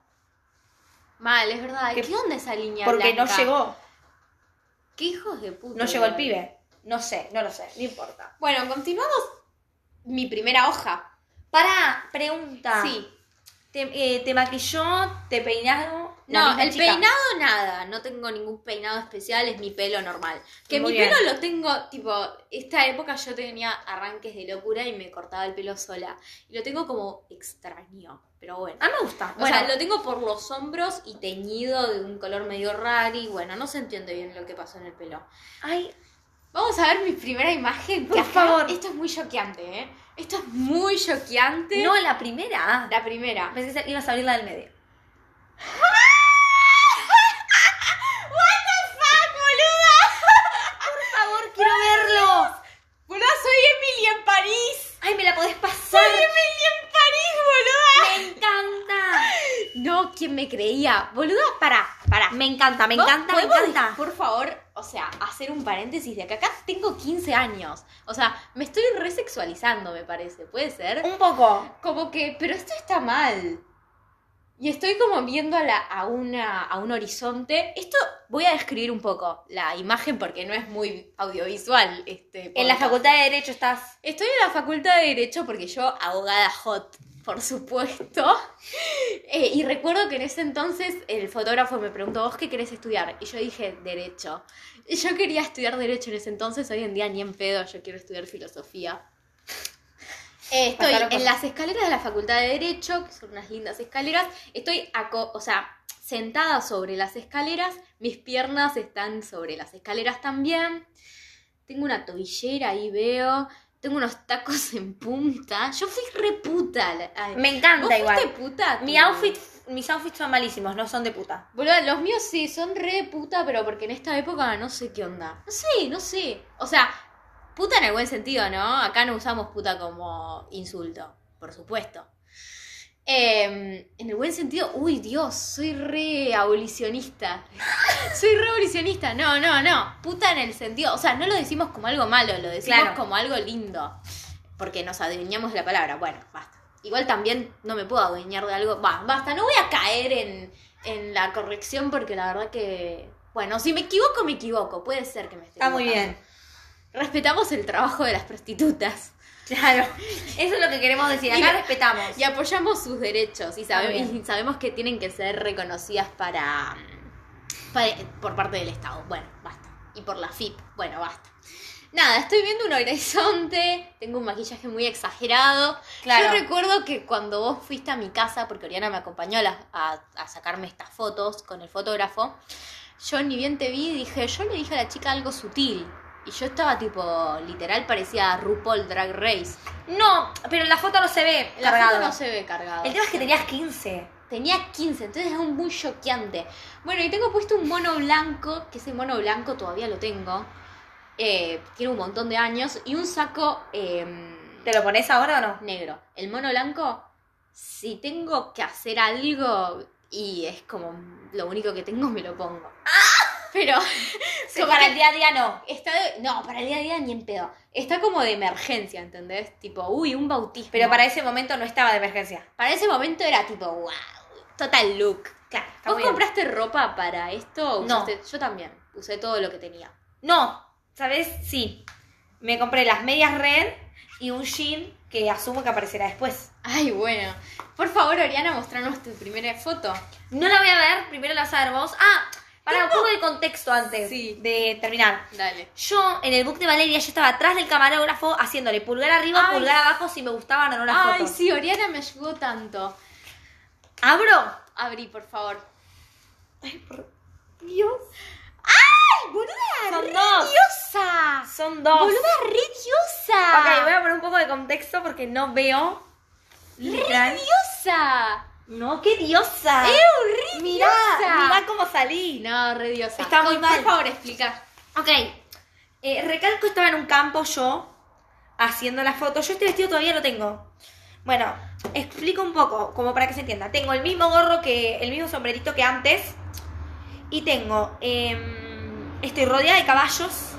Speaker 1: Mal, es verdad.
Speaker 2: Que-
Speaker 1: ¿Qué onda esa línea
Speaker 2: porque
Speaker 1: blanca?
Speaker 2: no llegó,
Speaker 1: ¿Qué hijos de puta?
Speaker 2: no llegó el pibe. No sé, no lo sé, no importa.
Speaker 1: Bueno, continuamos mi primera hoja.
Speaker 2: Para pregunta.
Speaker 1: Sí.
Speaker 2: Te, eh, te maquilló, te peinaron. la
Speaker 1: No,
Speaker 2: misma
Speaker 1: el
Speaker 2: chica.
Speaker 1: peinado nada, no tengo ningún peinado especial, es mi pelo normal. Que
Speaker 2: Muy
Speaker 1: mi
Speaker 2: bien.
Speaker 1: pelo lo tengo, tipo, esta época yo tenía arranques de locura y me cortaba el pelo sola. Y lo tengo como extraño, pero bueno.
Speaker 2: Ah, me gusta.
Speaker 1: O
Speaker 2: Bueno,
Speaker 1: sea, lo tengo por los hombros y teñido de un color medio raro y bueno, no se entiende bien lo que pasó en el pelo.
Speaker 2: ay,
Speaker 1: Vamos a ver mi primera imagen. que
Speaker 2: Por
Speaker 1: acá-
Speaker 2: favor.
Speaker 1: Esto es muy choqueante, ¿eh? Esto es muy choqueante.
Speaker 2: no la primera.
Speaker 1: La primera.
Speaker 2: Pensé que ibas a abrir la del medio.
Speaker 1: What the fuck, boluda?
Speaker 2: Por favor, quiero verlo.
Speaker 1: Boluda, soy Emily en París.
Speaker 2: Ay, me la podés pasar.
Speaker 1: Emily en París,
Speaker 2: Me encanta.
Speaker 1: No, ¿quién me creía? Boluda, para, para.
Speaker 2: Me encanta, me encanta, me encanta.
Speaker 1: Por favor, o sea, hacer un paréntesis de que acá tengo 15 años. O sea, me estoy resexualizando, me parece. ¿Puede ser?
Speaker 2: Un poco.
Speaker 1: como que, pero esto está mal. Y estoy como viendo a, la- a, una, a un horizonte. Esto voy a describir un poco la imagen porque no es muy audiovisual. Este,
Speaker 2: En la
Speaker 1: podcast.
Speaker 2: facultad de Derecho estás.
Speaker 1: Estoy en la facultad de Derecho porque yo, abogada hot, por supuesto. Eh, y recuerdo que en ese entonces el fotógrafo me preguntó, ¿vos qué querés estudiar? Y yo dije, Derecho. Y yo quería estudiar Derecho en ese entonces, hoy en día ni en pedo, yo quiero estudiar Filosofía. Eh, estoy
Speaker 2: Pasaron
Speaker 1: en
Speaker 2: cosas.
Speaker 1: las escaleras de la facultad de Derecho, que son unas lindas escaleras. Estoy, aco- o sea, sentada sobre las escaleras, mis piernas están sobre las escaleras también. Tengo una tobillera, ahí veo. Tengo unos tacos en punta. Yo fui reputa.
Speaker 2: Me
Speaker 1: ¿Vos
Speaker 2: encanta
Speaker 1: fuiste
Speaker 2: igual.
Speaker 1: puta?
Speaker 2: Mi
Speaker 1: tú?
Speaker 2: outfit, mis outfits son malísimos, no son de puta.
Speaker 1: Boluda, los míos sí, son re de puta, pero porque en esta época no sé qué onda. No sé, no sé. O sea, puta en el buen sentido, ¿no? Acá no usamos puta como insulto, por supuesto. Eh, en el buen sentido, uy Dios, soy re abolicionista. soy re abolicionista. No, no, no. Puta en el sentido. O sea, no lo decimos como algo malo, lo decimos
Speaker 2: Claro.
Speaker 1: como algo lindo. Porque nos adueñamos de la palabra. Bueno, basta. Igual también no me puedo adueñar de algo. Va, basta, no voy a caer en, en la corrección porque la verdad que. Bueno, si me equivoco, me equivoco. Puede ser que me esté
Speaker 2: Está muy
Speaker 1: equivocando.
Speaker 2: bien.
Speaker 1: Respetamos el trabajo de las prostitutas.
Speaker 2: Claro. Eso es lo que queremos decir.
Speaker 1: Y-
Speaker 2: Acá respetamos.
Speaker 1: Y apoyamos sus derechos y, sabe-
Speaker 2: Muy bien.
Speaker 1: y sabemos que tienen que ser reconocidas para, para- por parte del Estado. Bueno, basta. Y por la FIP. Bueno, basta. Nada, estoy viendo un horizonte, tengo un maquillaje muy exagerado.
Speaker 2: Claro.
Speaker 1: Yo recuerdo que cuando vos fuiste a mi casa, porque Oriana me acompañó a, la- a- a sacarme estas fotos con el fotógrafo, yo ni bien te vi y dije, yo le dije a la chica algo sutil. Y yo estaba tipo, literal parecía RuPaul Drag Race.
Speaker 2: No, pero en la foto no se ve.
Speaker 1: La
Speaker 2: cargado.
Speaker 1: foto no se ve cargada.
Speaker 2: El tema es que tenías 15.
Speaker 1: Tenía 15, entonces es un muy choqueante. Bueno, y tengo puesto un mono blanco, que ese mono blanco todavía lo tengo. eh, tiene un montón de años. Y un saco em,
Speaker 2: ¿Te lo pones ahora o no?
Speaker 1: negro. El mono blanco, si tengo que hacer algo y es como lo único que tengo, me lo pongo.
Speaker 2: ¡Ah!
Speaker 1: Pero
Speaker 2: Como para
Speaker 1: que-
Speaker 2: el día a día no.
Speaker 1: está de- No, para el día a día ni en pedo. Está como de emergencia, ¿entendés? Tipo, uy, un bautismo.
Speaker 2: Pero para ese momento no estaba de emergencia.
Speaker 1: Para ese momento era tipo, wow, total look.
Speaker 2: Claro, está muy
Speaker 1: ¿Vos
Speaker 2: bien.
Speaker 1: compraste ropa para esto?
Speaker 2: No.
Speaker 1: Usaste- Yo también. Usé todo lo que tenía.
Speaker 2: No, ¿sabes? Sí. Me compré las medias red y un jean que asumo que aparecerá después.
Speaker 1: Ay, bueno. Por favor, Oriana, mostrarnos tu primera foto.
Speaker 2: No la voy a ver, primero la vas a ver vos. Ah, para un poco de contexto antes
Speaker 1: Sí.
Speaker 2: de terminar.
Speaker 1: Dale.
Speaker 2: Yo, en el book de Valeria, yo estaba atrás del camarógrafo haciéndole pulgar arriba,
Speaker 1: Ay.
Speaker 2: pulgar abajo si me gustaban o no las
Speaker 1: Ay,
Speaker 2: fotos.
Speaker 1: sí, Oriana me ayudó tanto.
Speaker 2: ¿Abro?
Speaker 1: Abrí, por favor.
Speaker 2: Ay, por Dios.
Speaker 1: ¡Ay, boluda!
Speaker 2: Son
Speaker 1: re
Speaker 2: dos.
Speaker 1: diosa!
Speaker 2: Son dos.
Speaker 1: ¡Boluda, re diosa!
Speaker 2: Ok, voy a poner un poco de contexto porque no veo. Literal.
Speaker 1: ¡Re diosa!
Speaker 2: No, qué diosa.
Speaker 1: ¡Ew, re
Speaker 2: Mirá,
Speaker 1: diosa!
Speaker 2: mirá cómo salí.
Speaker 1: No, re diosa.
Speaker 2: Está muy
Speaker 1: Con-
Speaker 2: mal.
Speaker 1: Por favor, explica.
Speaker 2: Ok. Eh, recalco, estaba en un campo yo, haciendo las fotos. Yo este vestido todavía lo tengo. Bueno, explico un poco, como para que se entienda. Tengo el mismo gorro que. el mismo sombrerito que antes. Y tengo. em, estoy rodeada de caballos.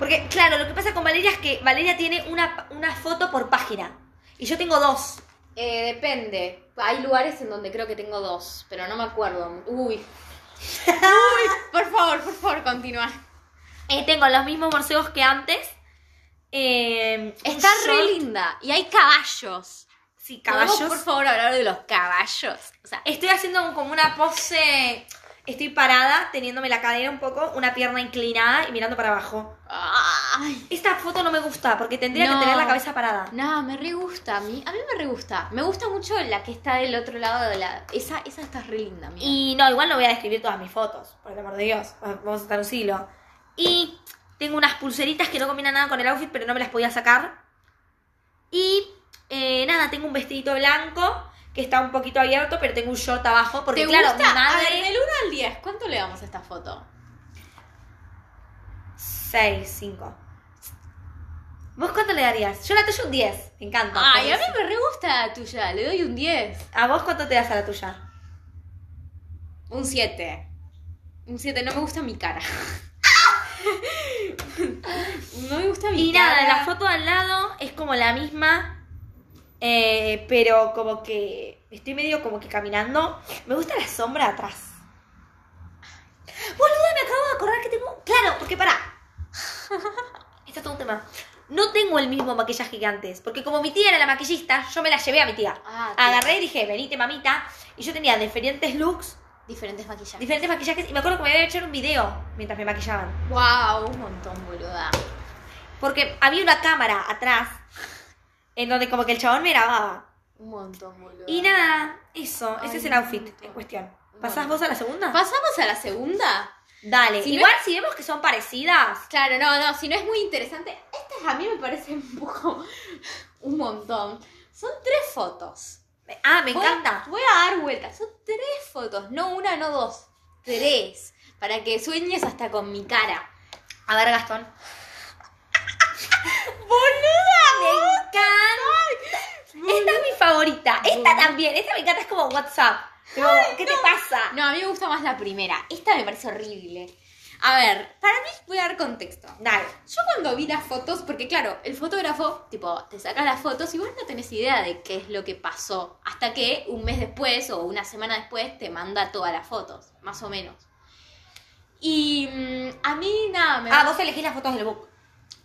Speaker 2: Porque, claro, lo que pasa con Valeria es que Valeria tiene una, una foto por página. Y yo tengo dos.
Speaker 1: Eh, depende. Hay lugares en donde creo que tengo dos, pero no me acuerdo. Uy. Uy, por favor, por favor, continúa.
Speaker 2: Eh, tengo los mismos borseos que antes. em, un
Speaker 1: Está re
Speaker 2: short-
Speaker 1: linda y hay caballos.
Speaker 2: Sí,
Speaker 1: ¿Podemos,
Speaker 2: caballos.
Speaker 1: por favor, hablar de los caballos. O sea,
Speaker 2: Estoy haciendo un- como una pose. Estoy parada, teniéndome la cadera un poco, una pierna inclinada y mirando para abajo.
Speaker 1: ay.
Speaker 2: Esta foto no me gusta porque tendría
Speaker 1: No.
Speaker 2: que tener la cabeza parada.
Speaker 1: No, me re gusta. A mí, a mí me re gusta. Me gusta mucho la que está del otro lado de la. Esa, esa está re linda, mira.
Speaker 2: Y no, igual no voy a describir todas mis fotos, por el amor de Dios. Vamos a estar un siglo. Y tengo unas pulseritas que no combinan nada con el outfit, pero no me las podía sacar. Y eh, nada, tengo un vestidito blanco que está un poquito abierto, pero tengo un short abajo porque,
Speaker 1: ¿Te
Speaker 2: claro,
Speaker 1: gusta?
Speaker 2: mi madre.
Speaker 1: A ver, del 1 al 10, ¿cuánto le damos a esta foto?
Speaker 2: 6, 5. ¿Vos cuánto le darías? Yo la tuya un 10. Me encanta.
Speaker 1: Ay, a mí
Speaker 2: Entonces,
Speaker 1: me re gusta la tuya. Le doy un 10.
Speaker 2: ¿A vos cuánto te das a la tuya?
Speaker 1: Un 7. Un 7, no me gusta mi cara. no me gusta mi
Speaker 2: Y
Speaker 1: cara.
Speaker 2: nada, la foto de al lado es como la misma. eh, pero como que estoy medio como que caminando. Me gusta la sombra atrás. Boluda, me acabo de acordar que tengo. Claro, porque pará. Esto es todo un tema. No tengo el mismo maquillaje que antes. Porque como mi tía era la maquillista, yo me la llevé a mi tía.
Speaker 1: Ah, tío.
Speaker 2: Agarré y dije, venite mamita. Y yo tenía diferentes looks,
Speaker 1: Diferentes maquillajes.
Speaker 2: diferentes maquillajes. Y me acuerdo que me había hecho un video mientras me maquillaban.
Speaker 1: wow, un montón, boluda.
Speaker 2: Porque había una cámara atrás en donde como que el chabón me grababa.
Speaker 1: Un montón, boluda.
Speaker 2: Y nada, eso.
Speaker 1: Ay,
Speaker 2: ese es el
Speaker 1: no,
Speaker 2: outfit
Speaker 1: no.
Speaker 2: en cuestión. ¿Pasás
Speaker 1: Bueno.
Speaker 2: vos a la segunda?
Speaker 1: ¿Pasamos a la segunda?
Speaker 2: Dale.
Speaker 1: Si
Speaker 2: Igual
Speaker 1: ves-
Speaker 2: si vemos que son parecidas.
Speaker 1: Claro, no, no, si no es muy interesante. Estas a mí me parecen un poco. un montón. Son tres fotos.
Speaker 2: Ah, me
Speaker 1: Voy-
Speaker 2: encanta.
Speaker 1: Voy a dar vueltas. Son tres fotos, no una, no dos. Tres. Para que sueñes hasta con mi cara.
Speaker 2: A ver, Gastón. Me
Speaker 1: ¡Boluda!
Speaker 2: encanta. Esta es mi favorita. Esta
Speaker 1: Bueno.
Speaker 2: también. Esta me encanta. Es como WhatsApp. Tipo, ¿Qué te pasa?
Speaker 1: No, a mí me gusta más la primera. Esta me parece horrible. A ver, para mí voy a dar contexto.
Speaker 2: Dale.
Speaker 1: Yo cuando vi las fotos, porque claro, el fotógrafo, tipo, te saca las fotos y vos no tenés idea de qué es lo que pasó. Hasta que un mes después o una semana después te manda todas las fotos, más o menos. Y mm, a mí nada, me
Speaker 2: Ah, vos elegís las fotos del book.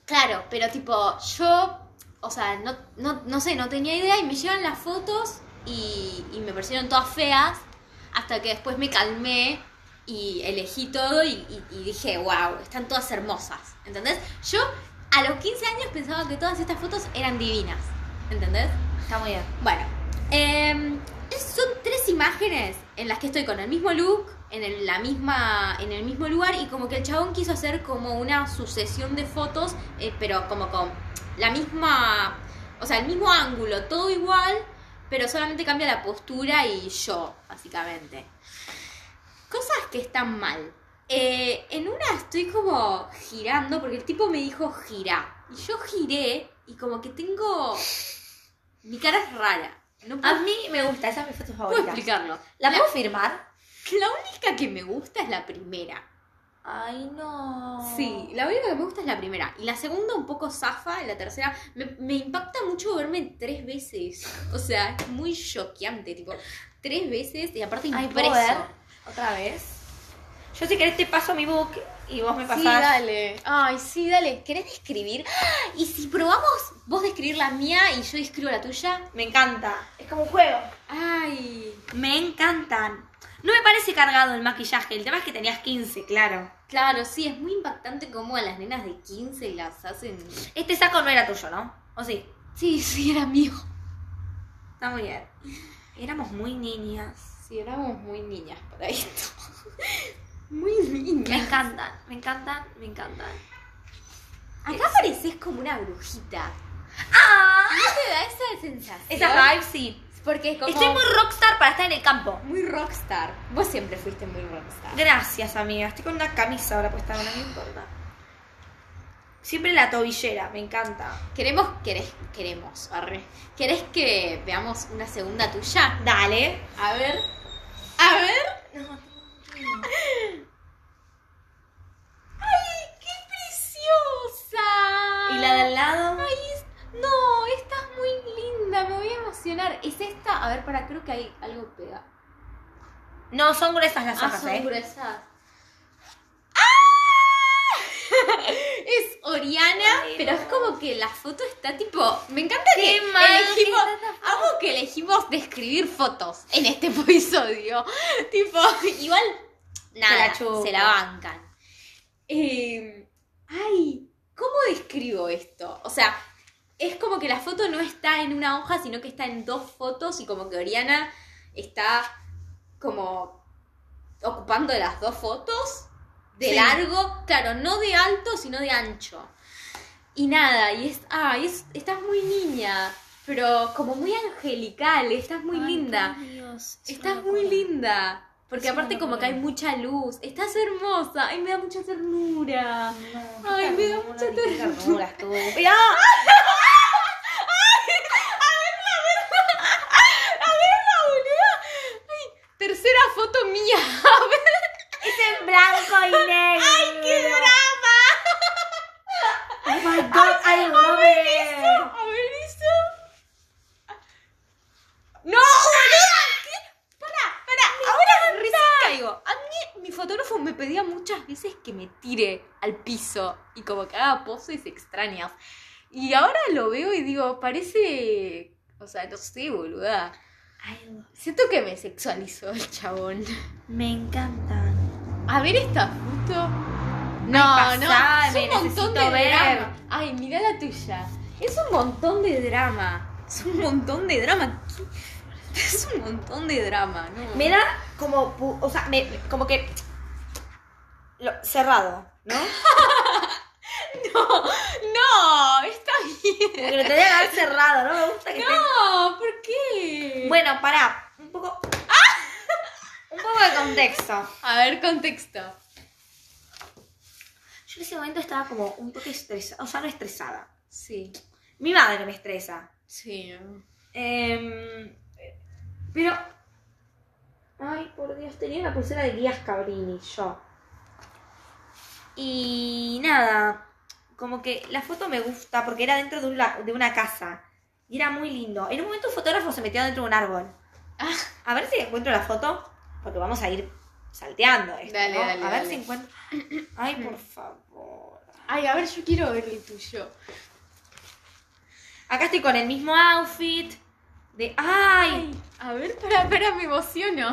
Speaker 1: Claro, pero tipo, yo, o sea, no, no, no sé, no tenía idea y me llevan las fotos y, y me parecieron todas feas hasta que después me calmé y elegí todo y, y- y dije, wow, están todas hermosas, ¿entendés? Yo a los 15 años pensaba que todas estas fotos eran divinas, ¿entendés?
Speaker 2: Está muy bien.
Speaker 1: Bueno, em, es- son tres imágenes en las que estoy con el mismo look, en el, la misma, en el mismo lugar y como que el chabón quiso hacer como una sucesión de fotos, eh, pero como con la misma, o sea, el mismo ángulo, todo igual, pero solamente cambia la postura y yo, básicamente. Cosas que están mal. Eh, en una estoy como girando, porque el tipo me dijo gira. Y yo giré y como que tengo... Mi cara es rara. No
Speaker 2: A
Speaker 1: puedo,
Speaker 2: mí me gusta. Esa es mi foto
Speaker 1: puedo
Speaker 2: favorita.
Speaker 1: explicarlo.
Speaker 2: ¿La puedo firmar?
Speaker 1: la única que me gusta es la primera.
Speaker 2: Ay, no.
Speaker 1: Sí, la única que me gusta es la primera. Y la segunda un poco zafa, la tercera me, me impacta mucho verme tres veces. O sea, es muy choqueante, tipo, tres veces y aparte
Speaker 2: Ay,
Speaker 1: impreso.
Speaker 2: ¿puedo ver? ¿Otra vez? Yo si querés te paso mi book y vos me pasás.
Speaker 1: Sí, dale. Ay, sí, dale. ¿Querés describir? ¡Ah! Y si probamos vos describir la mía y yo describo la tuya.
Speaker 2: Me encanta. Es como un juego.
Speaker 1: Ay.
Speaker 2: Me encantan. No me parece cargado el maquillaje. El tema es que tenías 15, claro.
Speaker 1: Claro, sí, es muy impactante cómo a las nenas de 15 las hacen.
Speaker 2: Este saco no era tuyo, ¿no? ¿O sí?
Speaker 1: Sí, sí, era mío.
Speaker 2: Está muy bien. Éramos muy niñas.
Speaker 1: Sí, éramos muy niñas para esto. Muy
Speaker 2: Me
Speaker 1: niñas.
Speaker 2: encantan, me encantan, me encantan.
Speaker 1: Acá pareces como una brujita.
Speaker 2: ¡Ah!
Speaker 1: ¿No te da esa sensación?
Speaker 2: Esas vibes sí.
Speaker 1: Porque es como
Speaker 2: Estoy muy rockstar para estar en el campo.
Speaker 1: muy rockstar. Vos siempre fuiste muy rockstar.
Speaker 2: Gracias, amiga. Estoy con una camisa ahora puesta, no me importa. Siempre la tobillera, me encanta.
Speaker 1: Queremos, querés, queremos, arre. ¿Querés que veamos una segunda tuya?
Speaker 2: Dale.
Speaker 1: A ver. A ver. ¡Ay, qué preciosa!
Speaker 2: ¿Y la de al lado?
Speaker 1: Ay, es- no, esta es muy linda, me voy a emocionar. ¿Es esta? A ver, para, creo que hay algo pega.
Speaker 2: No, son gruesas las hojas,
Speaker 1: Ah, son
Speaker 2: ¿eh?
Speaker 1: gruesas. ¡Ah! Es Oriana,
Speaker 2: Ay,
Speaker 1: pero
Speaker 2: no.
Speaker 1: es como que la foto está tipo. Me encanta
Speaker 2: Qué
Speaker 1: que
Speaker 2: mal que
Speaker 1: elegimos.
Speaker 2: está esta foto.
Speaker 1: Amo que elegimos describir fotos en este episodio. tipo, igual. Nada,
Speaker 2: la chupo.
Speaker 1: se la bancan. Eh, ay, ¿cómo describo esto? O sea, es como que la foto no está en una hoja, sino que está en dos fotos y como que Oriana está como ocupando las dos fotos de
Speaker 2: Sí.
Speaker 1: largo, claro, no de alto, sino de ancho. Y nada, y es, ah, y es, estás muy niña, pero como muy angelical, estás muy linda. Estás muy linda. Porque
Speaker 2: Es una
Speaker 1: aparte como que
Speaker 2: locura.
Speaker 1: hay mucha luz. Estás hermosa. Ay, me da mucha ternura. Ay, me da mucha ternura.
Speaker 2: Mirá.
Speaker 1: A ver, la boluda. Ay, tercera foto mía. A ver.
Speaker 2: Es en blanco y negro. ¡Ay,
Speaker 1: ¡Qué drama!
Speaker 2: Oh my god, I love it.
Speaker 1: A ver eso. ¡No, boluda! ¿Qué? Pará, pará. Ahora recién caigo. A mí, mi fotógrafo me pedía muchas veces que me tire al piso y como que haga poses extrañas. Y ahora lo veo y digo, parece. O sea, no sé, boluda.
Speaker 2: I love-
Speaker 1: Siento que me sexualizó el chabón.
Speaker 2: Me encantan.
Speaker 1: A ver esta foto. No,
Speaker 2: pasame,
Speaker 1: no, es un montón
Speaker 2: necesito
Speaker 1: de
Speaker 2: ver.
Speaker 1: drama. Ay, mira la tuya. Es un montón de drama. Es un montón de drama. ¿Qué? Es un montón de drama, ¿no?
Speaker 2: Me da como, pu- o sea, me, como que lo- cerrado, ¿no?
Speaker 1: No, no, está bien.
Speaker 2: Como que lo tendría que haber cerrado, ¿no? Me gusta que esté-
Speaker 1: No, ¿por qué?
Speaker 2: Bueno, pará, un poco. Un poco de contexto.
Speaker 1: A ver, contexto.
Speaker 2: Yo en ese momento estaba como un poco estresada, o sea, no estresada.
Speaker 1: Sí,
Speaker 2: Mi madre me estresa.
Speaker 1: sí.
Speaker 2: Em, pero. Ay, por Dios, tenía una pulsera de Díaz Cabrini, yo. Y nada, como que la foto me gusta porque era dentro de, un la- de una casa. Y era muy lindo. En un momento un fotógrafo se metió dentro de un árbol.
Speaker 1: Ah.
Speaker 2: A ver si encuentro la foto, porque vamos a ir salteando esto,
Speaker 1: Dale,
Speaker 2: ¿no?
Speaker 1: dale,
Speaker 2: A ver
Speaker 1: dale.
Speaker 2: si encuentro... Ay, por favor.
Speaker 1: Ay, a ver, yo quiero ver el tuyo.
Speaker 2: Acá estoy con el mismo outfit. De... ¡Ay!
Speaker 1: Ay, a ver, para, para, me emociono.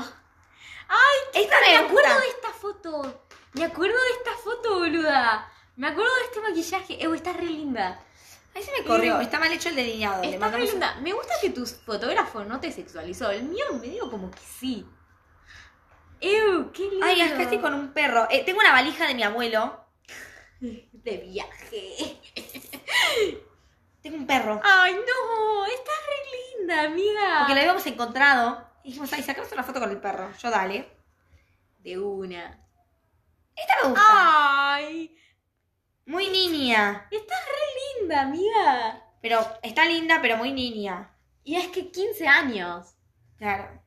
Speaker 1: Ay,
Speaker 2: Esta
Speaker 1: Me
Speaker 2: me
Speaker 1: acuerdo
Speaker 2: gusta.
Speaker 1: de esta foto. Me acuerdo de esta foto, boluda. Me acuerdo de este maquillaje. Ew, está re linda.
Speaker 2: Ahí se me corrió. Está mal hecho el delineado. Le
Speaker 1: Está re
Speaker 2: mandamos un-
Speaker 1: linda. Me gusta que tu fotógrafo no te sexualizó. El mío me dio como que sí. Ew, qué lindo.
Speaker 2: Ay, acá estoy con un perro. Eh, tengo una valija de mi abuelo.
Speaker 1: De viaje.
Speaker 2: Tengo un perro.
Speaker 1: Ay, no. Está re linda, amiga.
Speaker 2: Porque lo habíamos encontrado. Y dijimos, ay, sacamos una foto con el perro. Yo dale.
Speaker 1: De una.
Speaker 2: Esta me gusta.
Speaker 1: Ah. Ay.
Speaker 2: Muy niña.
Speaker 1: Estás re linda, amiga.
Speaker 2: Pero está linda, pero muy niña.
Speaker 1: Y es que 15 años.
Speaker 2: Claro.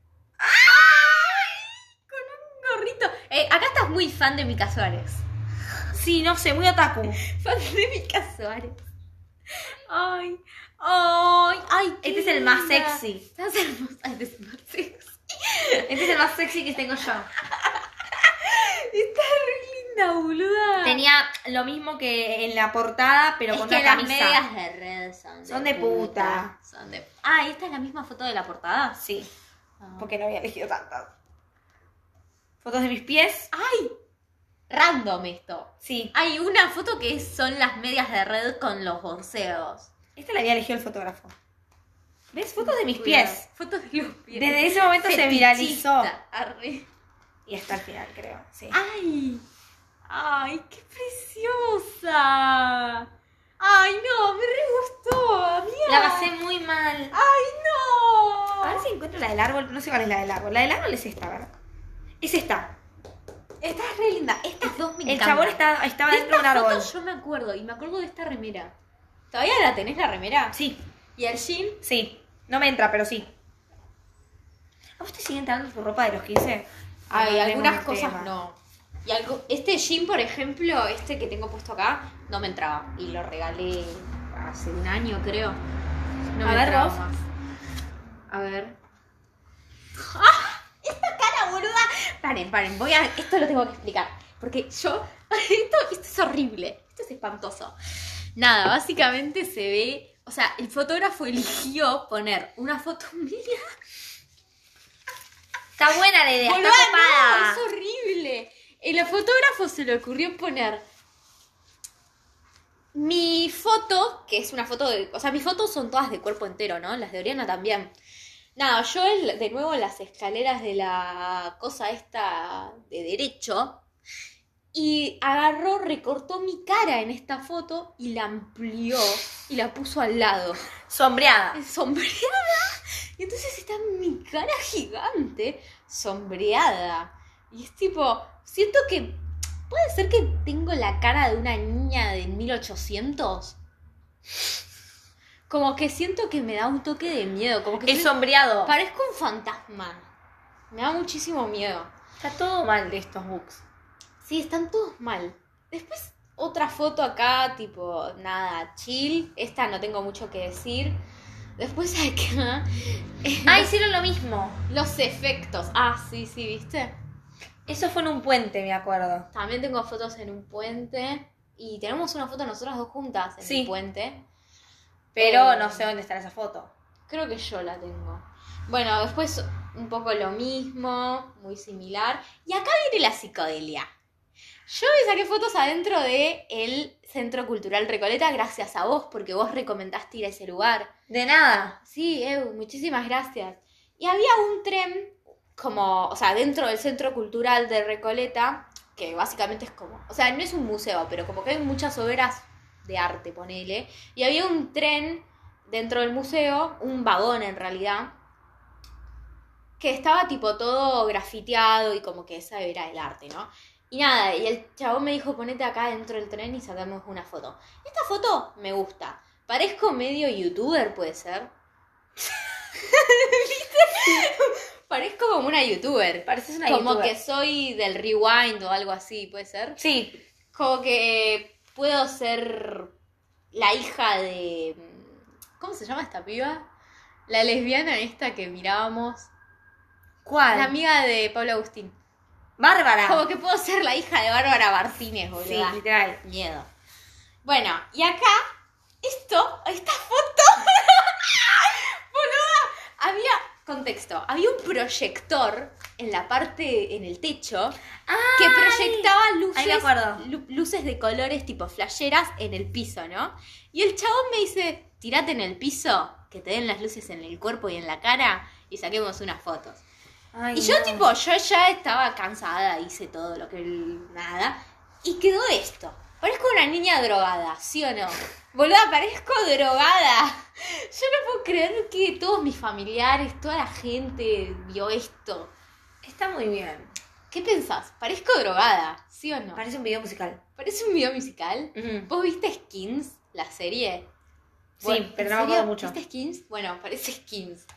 Speaker 1: Con un gorrito. Eh, acá estás muy fan de Mica Suárez.
Speaker 2: Sí, no sé, muy otaku.
Speaker 1: Fan de Mica Suárez. Ay, ay, ay. qué
Speaker 2: Este es el más
Speaker 1: linda.
Speaker 2: sexy.
Speaker 1: Estás hermosa. Este es el más sexy.
Speaker 2: Este es el más sexy que tengo yo.
Speaker 1: Ah. Está re linda, boluda.
Speaker 2: Tenía lo mismo que en la portada, pero
Speaker 1: es
Speaker 2: con
Speaker 1: que
Speaker 2: una
Speaker 1: las
Speaker 2: camisa.
Speaker 1: medias de red son de,
Speaker 2: Son de puta.
Speaker 1: Son de... Ah, ¿y esta es la misma foto de la portada?
Speaker 2: Sí,
Speaker 1: Ah.
Speaker 2: porque no había elegido tantas. Fotos de mis pies.
Speaker 1: ¡Ay! Random esto.
Speaker 2: Sí.
Speaker 1: Hay una foto que es- son las medias de red con los borseos.
Speaker 2: Esta la había elegido el fotógrafo. ¿Ves? Fotos de mis pies.
Speaker 1: Fotos de los pies.
Speaker 2: Desde ese momento se
Speaker 1: Fetichista. Ah,
Speaker 2: viralizó.
Speaker 1: Arre.
Speaker 2: Y hasta el final, creo. Sí.
Speaker 1: ¡Ay! ¡Ay, qué preciosa! ¡Ay, no! ¡Me re gustó! amiga.
Speaker 2: La pasé muy mal.
Speaker 1: ¡Ay, no!
Speaker 2: A ver si encuentro la del árbol. No sé cuál es la del árbol. La del árbol es esta, ¿verdad? Es esta.
Speaker 1: Esta es re linda. Estas dos me
Speaker 2: el
Speaker 1: encantan.
Speaker 2: chabón está- estaba
Speaker 1: De
Speaker 2: dentro de un
Speaker 1: esta
Speaker 2: árbol.
Speaker 1: foto yo me acuerdo. Y me acuerdo de esta remera. ¿Todavía la tenés la remera?
Speaker 2: Sí,
Speaker 1: ¿Y el jean?
Speaker 2: sí. No me entra, pero sí. ¿A vos te sigue entrando tu ropa de los 15?
Speaker 1: Ay,
Speaker 2: No hablemos
Speaker 1: algunas
Speaker 2: del
Speaker 1: cosas
Speaker 2: tema.
Speaker 1: no. Y algo, este jean, por ejemplo, este que tengo puesto acá, no me entraba. Y lo regalé hace un año, creo. No
Speaker 2: A
Speaker 1: me
Speaker 2: ver,
Speaker 1: entraba
Speaker 2: vos.
Speaker 1: más. A ver. ¡Ah! Esta cara, boluda. Paren, paren. Voy a, esto lo tengo que explicar. Porque yo. Esto, esto es horrible. Esto es espantoso. Nada, básicamente se ve. O sea, el fotógrafo eligió poner una foto mía.
Speaker 2: Está buena la idea,
Speaker 1: Boluda,
Speaker 2: está copada.
Speaker 1: no, es horrible. El fotógrafo se le ocurrió poner mi foto, que es una foto de. O sea, mis fotos son todas de cuerpo entero, ¿no? Las de Oriana también. Nada, yo el- de nuevo en las escaleras de la cosa esta de derecho. Y agarró, recortó mi cara en esta foto y la amplió y la puso al lado
Speaker 2: Sombreada.
Speaker 1: sombreada. Y entonces está mi cara gigante sombreada. Y es tipo, siento que puede ser que tengo la cara de una niña de 1800. Como que siento que me da un toque de miedo, como que
Speaker 2: Es
Speaker 1: soy-
Speaker 2: sombreado.
Speaker 1: parezco un fantasma. Me da muchísimo miedo.
Speaker 2: Está todo mal de estos books.
Speaker 1: Sí, están todos mal. Después otra foto acá, tipo, nada, chill. Esta no tengo mucho que decir. Después acá...
Speaker 2: Ah, hicieron lo mismo.
Speaker 1: Los efectos. Ah, sí, sí, ¿viste?
Speaker 2: Eso fue en un puente, me acuerdo.
Speaker 1: También tengo fotos en un puente. Y tenemos una foto nosotras dos juntas en
Speaker 2: Sí.
Speaker 1: el puente.
Speaker 2: Pero
Speaker 1: Eh,
Speaker 2: no sé dónde está esa foto.
Speaker 1: Creo que yo la tengo. Bueno, después un poco lo mismo, muy similar. Y acá viene la psicodelia. Yo me saqué fotos adentro de el Centro Cultural Recoleta gracias a vos, porque vos recomendaste ir a ese lugar.
Speaker 2: De nada.
Speaker 1: Sí, Eu, muchísimas gracias. Y había un tren, como, o sea, dentro del Centro Cultural de Recoleta, que básicamente es como, o sea, no es un museo, pero como que hay muchas obras de arte, ponele. Y había un tren dentro del museo, un vagón en realidad, que estaba tipo todo grafiteado y como que esa era el arte, ¿no? Y nada, y el chabón me dijo, ponete acá dentro del tren y sacamos una foto. Esta foto me gusta. Parezco medio youtuber, puede ser. ¿Viste? Parezco como una youtuber.
Speaker 2: Pareces una
Speaker 1: como
Speaker 2: youtuber.
Speaker 1: que soy del rewind o algo así, puede ser.
Speaker 2: Sí.
Speaker 1: Como que puedo ser la hija de... mm, ¿Cómo se llama esta piba? La lesbiana esta que mirábamos.
Speaker 2: ¿Cuál?
Speaker 1: La amiga de Pablo Agustín.
Speaker 2: Bárbara.
Speaker 1: Como que puedo ser la hija de Bárbara Martínez, boludo.
Speaker 2: Ah. Sí, literal.
Speaker 1: Miedo. Bueno, y acá, esto, esta foto. Boluda, había. Contexto. Había un proyector en la parte, en el techo, que proyectaba
Speaker 2: Ahí me
Speaker 1: luces,
Speaker 2: acuerdo.
Speaker 1: lu- luces de colores tipo flasheras en el piso, ¿no? Y el chabón me dice, tirate en el piso, que te den las luces en el cuerpo y en la cara, y saquemos unas fotos.
Speaker 2: Ay,
Speaker 1: Y yo
Speaker 2: no.
Speaker 1: tipo, yo ya estaba cansada, hice todo lo que nada. Y quedó esto. Parezco una niña drogada, ¿sí o no? Boluda, parezco drogada. Yo no puedo creer que todos mis familiares, toda la gente vio esto.
Speaker 2: Está muy bien.
Speaker 1: ¿Qué pensás? ¿Parezco drogada? ¿Sí o no?
Speaker 2: Parece un video musical. Pues,
Speaker 1: ¿Parece un video musical? ¿Vos viste Skins, la serie?
Speaker 2: Sí,
Speaker 1: Bueno,
Speaker 2: pero
Speaker 1: ¿en
Speaker 2: no me acuerdo
Speaker 1: serio?
Speaker 2: mucho.
Speaker 1: ¿Viste Skins? Bueno, parece Skins.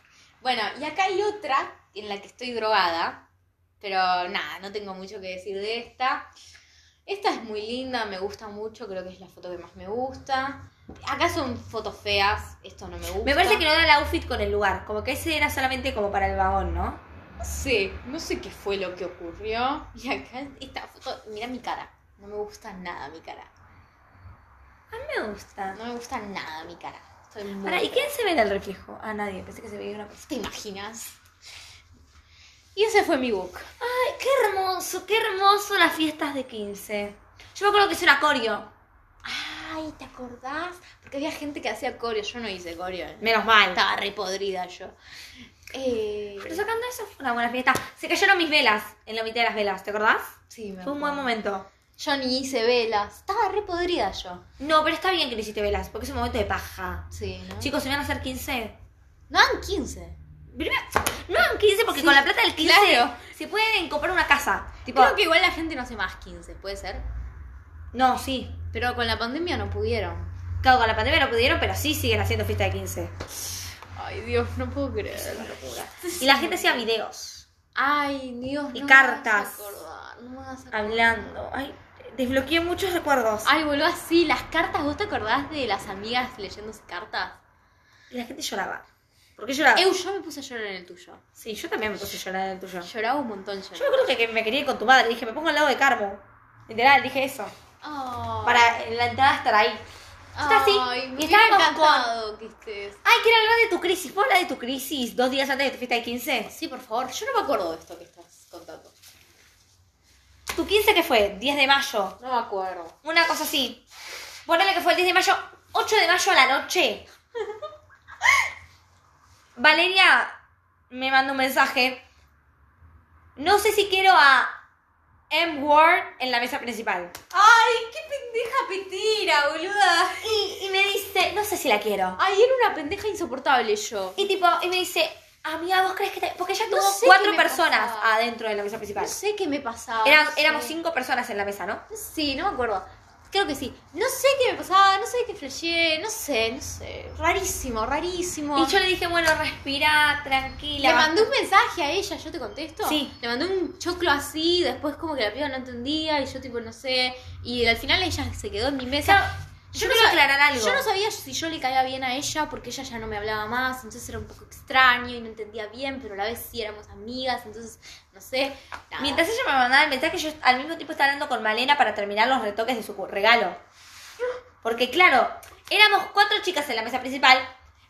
Speaker 1: Bueno, y acá hay otra en la que estoy drogada, pero nada, no tengo mucho que decir de esta. Esta es muy linda, me gusta mucho, creo que es la foto que más me gusta. Acá son fotos feas, esto no me gusta.
Speaker 2: Me parece que no da el outfit con el lugar. Como que ese era solamente como para el vagón, ¿no?
Speaker 1: No sé, no sé qué fue lo que ocurrió. Y acá esta foto, mira mi cara. No me gusta nada mi cara.
Speaker 2: A mí me gusta.
Speaker 1: No me gusta nada mi cara. Estoy muy
Speaker 2: Pará, ¿y quién se ve en el reflejo? A nadie, pensé que se veía una persona.
Speaker 1: ¿Te imaginas? Y ese fue mi book.
Speaker 2: Ay, qué hermoso, qué hermoso las fiestas de 15. Yo me acuerdo que hice una coreo.
Speaker 1: Ay, ¿te acordás? Porque había gente que hacía coreo. Yo no hice coreo. ¿eh?
Speaker 2: Menos mal.
Speaker 1: Estaba re podrida yo. Eh,
Speaker 2: Pero sacando eso, fue una buena fiesta. Se cayeron mis velas en la mitad de las velas, ¿te acordás?
Speaker 1: sí, me
Speaker 2: Fue un
Speaker 1: acuerdo.
Speaker 2: buen momento.
Speaker 1: Yo ni hice velas. Estaba re podrida yo.
Speaker 2: No, pero está bien que no hiciste velas, porque es un momento de paja.
Speaker 1: Sí, ¿no?
Speaker 2: Chicos, si van a hacer 15,
Speaker 1: No dan 15.
Speaker 2: primero, no hagan 15 porque
Speaker 1: Sí,
Speaker 2: con la plata del 15
Speaker 1: claro.
Speaker 2: se pueden comprar una casa. Tipo,
Speaker 1: Creo que igual la gente no hace más 15, puede ser.
Speaker 2: no, sí.
Speaker 1: Pero con la pandemia no pudieron.
Speaker 2: Claro, con la pandemia no pudieron, pero sí siguen haciendo fiesta de 15.
Speaker 1: Ay, Dios, no puedo
Speaker 2: Es una
Speaker 1: creer.
Speaker 2: locura. Y la gente hacía videos.
Speaker 1: Ay, Dios,
Speaker 2: Y
Speaker 1: no
Speaker 2: cartas.
Speaker 1: Me vas a acordar, no me vas a acordar.
Speaker 2: hablando. Ay, desbloqueé muchos recuerdos.
Speaker 1: Ay, boludo, así, las cartas. ¿Vos te acordás de las amigas leyéndose cartas?
Speaker 2: Y la gente lloraba. ¿Por qué lloraba?
Speaker 1: Eu, yo me puse a llorar en el tuyo.
Speaker 2: Sí, yo también me puse a llorar en el tuyo.
Speaker 1: Lloraba un montón
Speaker 2: Yo me
Speaker 1: yo.
Speaker 2: acuerdo que- que me quería ir con tu madre. Dije, me pongo al lado de Carmo. Literal, dije eso.
Speaker 1: Oh,
Speaker 2: Para en la entrada estar ahí. está así,
Speaker 1: Ay,
Speaker 2: y
Speaker 1: me
Speaker 2: estábamos
Speaker 1: hubiera encantado que estés.
Speaker 2: Ay, quiero hablar de tu crisis. ¿Puedo hablar de tu crisis dos días antes de tu fiesta de 15?
Speaker 1: Sí, por favor, yo no me acuerdo de esto que estás contando.
Speaker 2: ¿Tu 15 qué fue? 10 de mayo.
Speaker 1: No me acuerdo.
Speaker 2: Una cosa así. Ponele que fue el 10 de mayo. 8 de mayo a la noche. Valeria me mandó un mensaje. No sé si quiero a M. Ward en la mesa principal.
Speaker 1: Ay, qué pendeja petira, boluda.
Speaker 2: Y, y me dice, no sé si la quiero.
Speaker 1: Ay, era una pendeja insoportable yo.
Speaker 2: Y tipo, y me dice, amiga, ¿vos crees que te-?" Porque ya
Speaker 1: No
Speaker 2: tuvo
Speaker 1: sé qué
Speaker 2: cuatro
Speaker 1: me
Speaker 2: personas
Speaker 1: pasaba. Ah,
Speaker 2: adentro de la mesa principal.
Speaker 1: No sé qué me pasaba.
Speaker 2: Era-
Speaker 1: no sé.
Speaker 2: Éramos cinco personas en la mesa, ¿no?
Speaker 1: Sí, no me acuerdo. Creo que sí. No sé qué me pasaba, no sé qué flasheé, no sé, no sé. Rarísimo, rarísimo.
Speaker 2: Y yo le dije, bueno, respira, tranquila.
Speaker 1: le mandé un mensaje a ella, yo te contesto.
Speaker 2: Sí.
Speaker 1: Le mandé un choclo así, después como que la piba no entendía y yo tipo no sé. Y al final ella se quedó en mi mesa.
Speaker 2: Claro, yo quiero
Speaker 1: sab-
Speaker 2: aclarar algo.
Speaker 1: Yo no sabía si yo le caía bien a ella porque ella ya no me hablaba más, entonces era un poco extraño y no entendía bien, pero a la vez sí éramos amigas, entonces no sé. nada.
Speaker 2: Mientras ella me mandaba el mensaje, yo al mismo tiempo estaba hablando con Malena para terminar los retoques de su cu- regalo. Porque claro, éramos cuatro chicas en la mesa principal,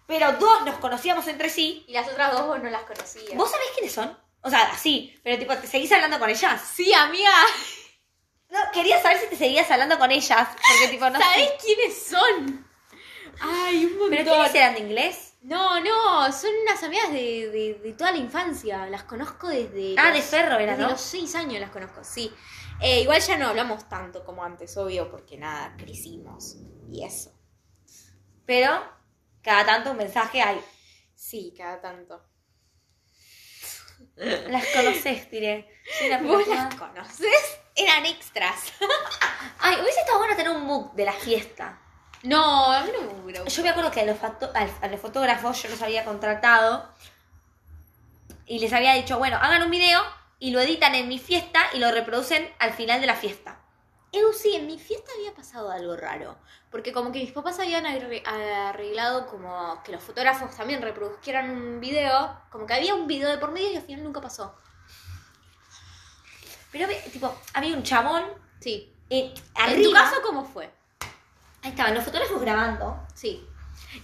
Speaker 2: pero dos nos conocíamos entre sí.
Speaker 1: Y las otras dos vos no las conocías.
Speaker 2: ¿Vos sabés quiénes son? O sea, sí, pero tipo, ¿te seguís hablando con ellas?
Speaker 1: Sí, amiga.
Speaker 2: No, quería saber si te seguías hablando con ellas, porque tipo, no
Speaker 1: ¿Sabés
Speaker 2: sé.
Speaker 1: quiénes son? Ay, un montón.
Speaker 2: ¿Pero quiénes eran de inglés?
Speaker 1: No, no, son unas amigas de, de- de toda la infancia. Las conozco desde.
Speaker 2: Ah, de Ferro era,
Speaker 1: desde
Speaker 2: ¿no?
Speaker 1: los seis años las conozco, sí. Eh, igual ya no hablamos tanto como antes, obvio, porque nada, crecimos. Y eso.
Speaker 2: Pero cada tanto un mensaje hay.
Speaker 1: Sí, cada tanto.
Speaker 2: Las conoces, diré. Soy una
Speaker 1: ¿Vos
Speaker 2: persona-
Speaker 1: las conoces? Eran extras.
Speaker 2: Ay, hubiese estado bueno tener un book de la fiesta.
Speaker 1: No, a mí no me hubiera
Speaker 2: Yo me acuerdo que a los, fato- al- a los fotógrafos yo los había contratado y les había dicho, bueno, hagan un video y lo editan en mi fiesta y lo reproducen al final de la fiesta.
Speaker 1: Eu sí, en mi fiesta había pasado algo raro. Porque como que mis papás habían arre- arreglado como que los fotógrafos también reproduzieran un video. Como que había un video de por medio y al final nunca pasó.
Speaker 2: Pero, ve- tipo, había un chabón
Speaker 1: Sí. ¿En
Speaker 2: eh,
Speaker 1: tu
Speaker 2: arriba.
Speaker 1: caso cómo fue?
Speaker 2: ahí estaban los fotógrafos grabando
Speaker 1: Sí.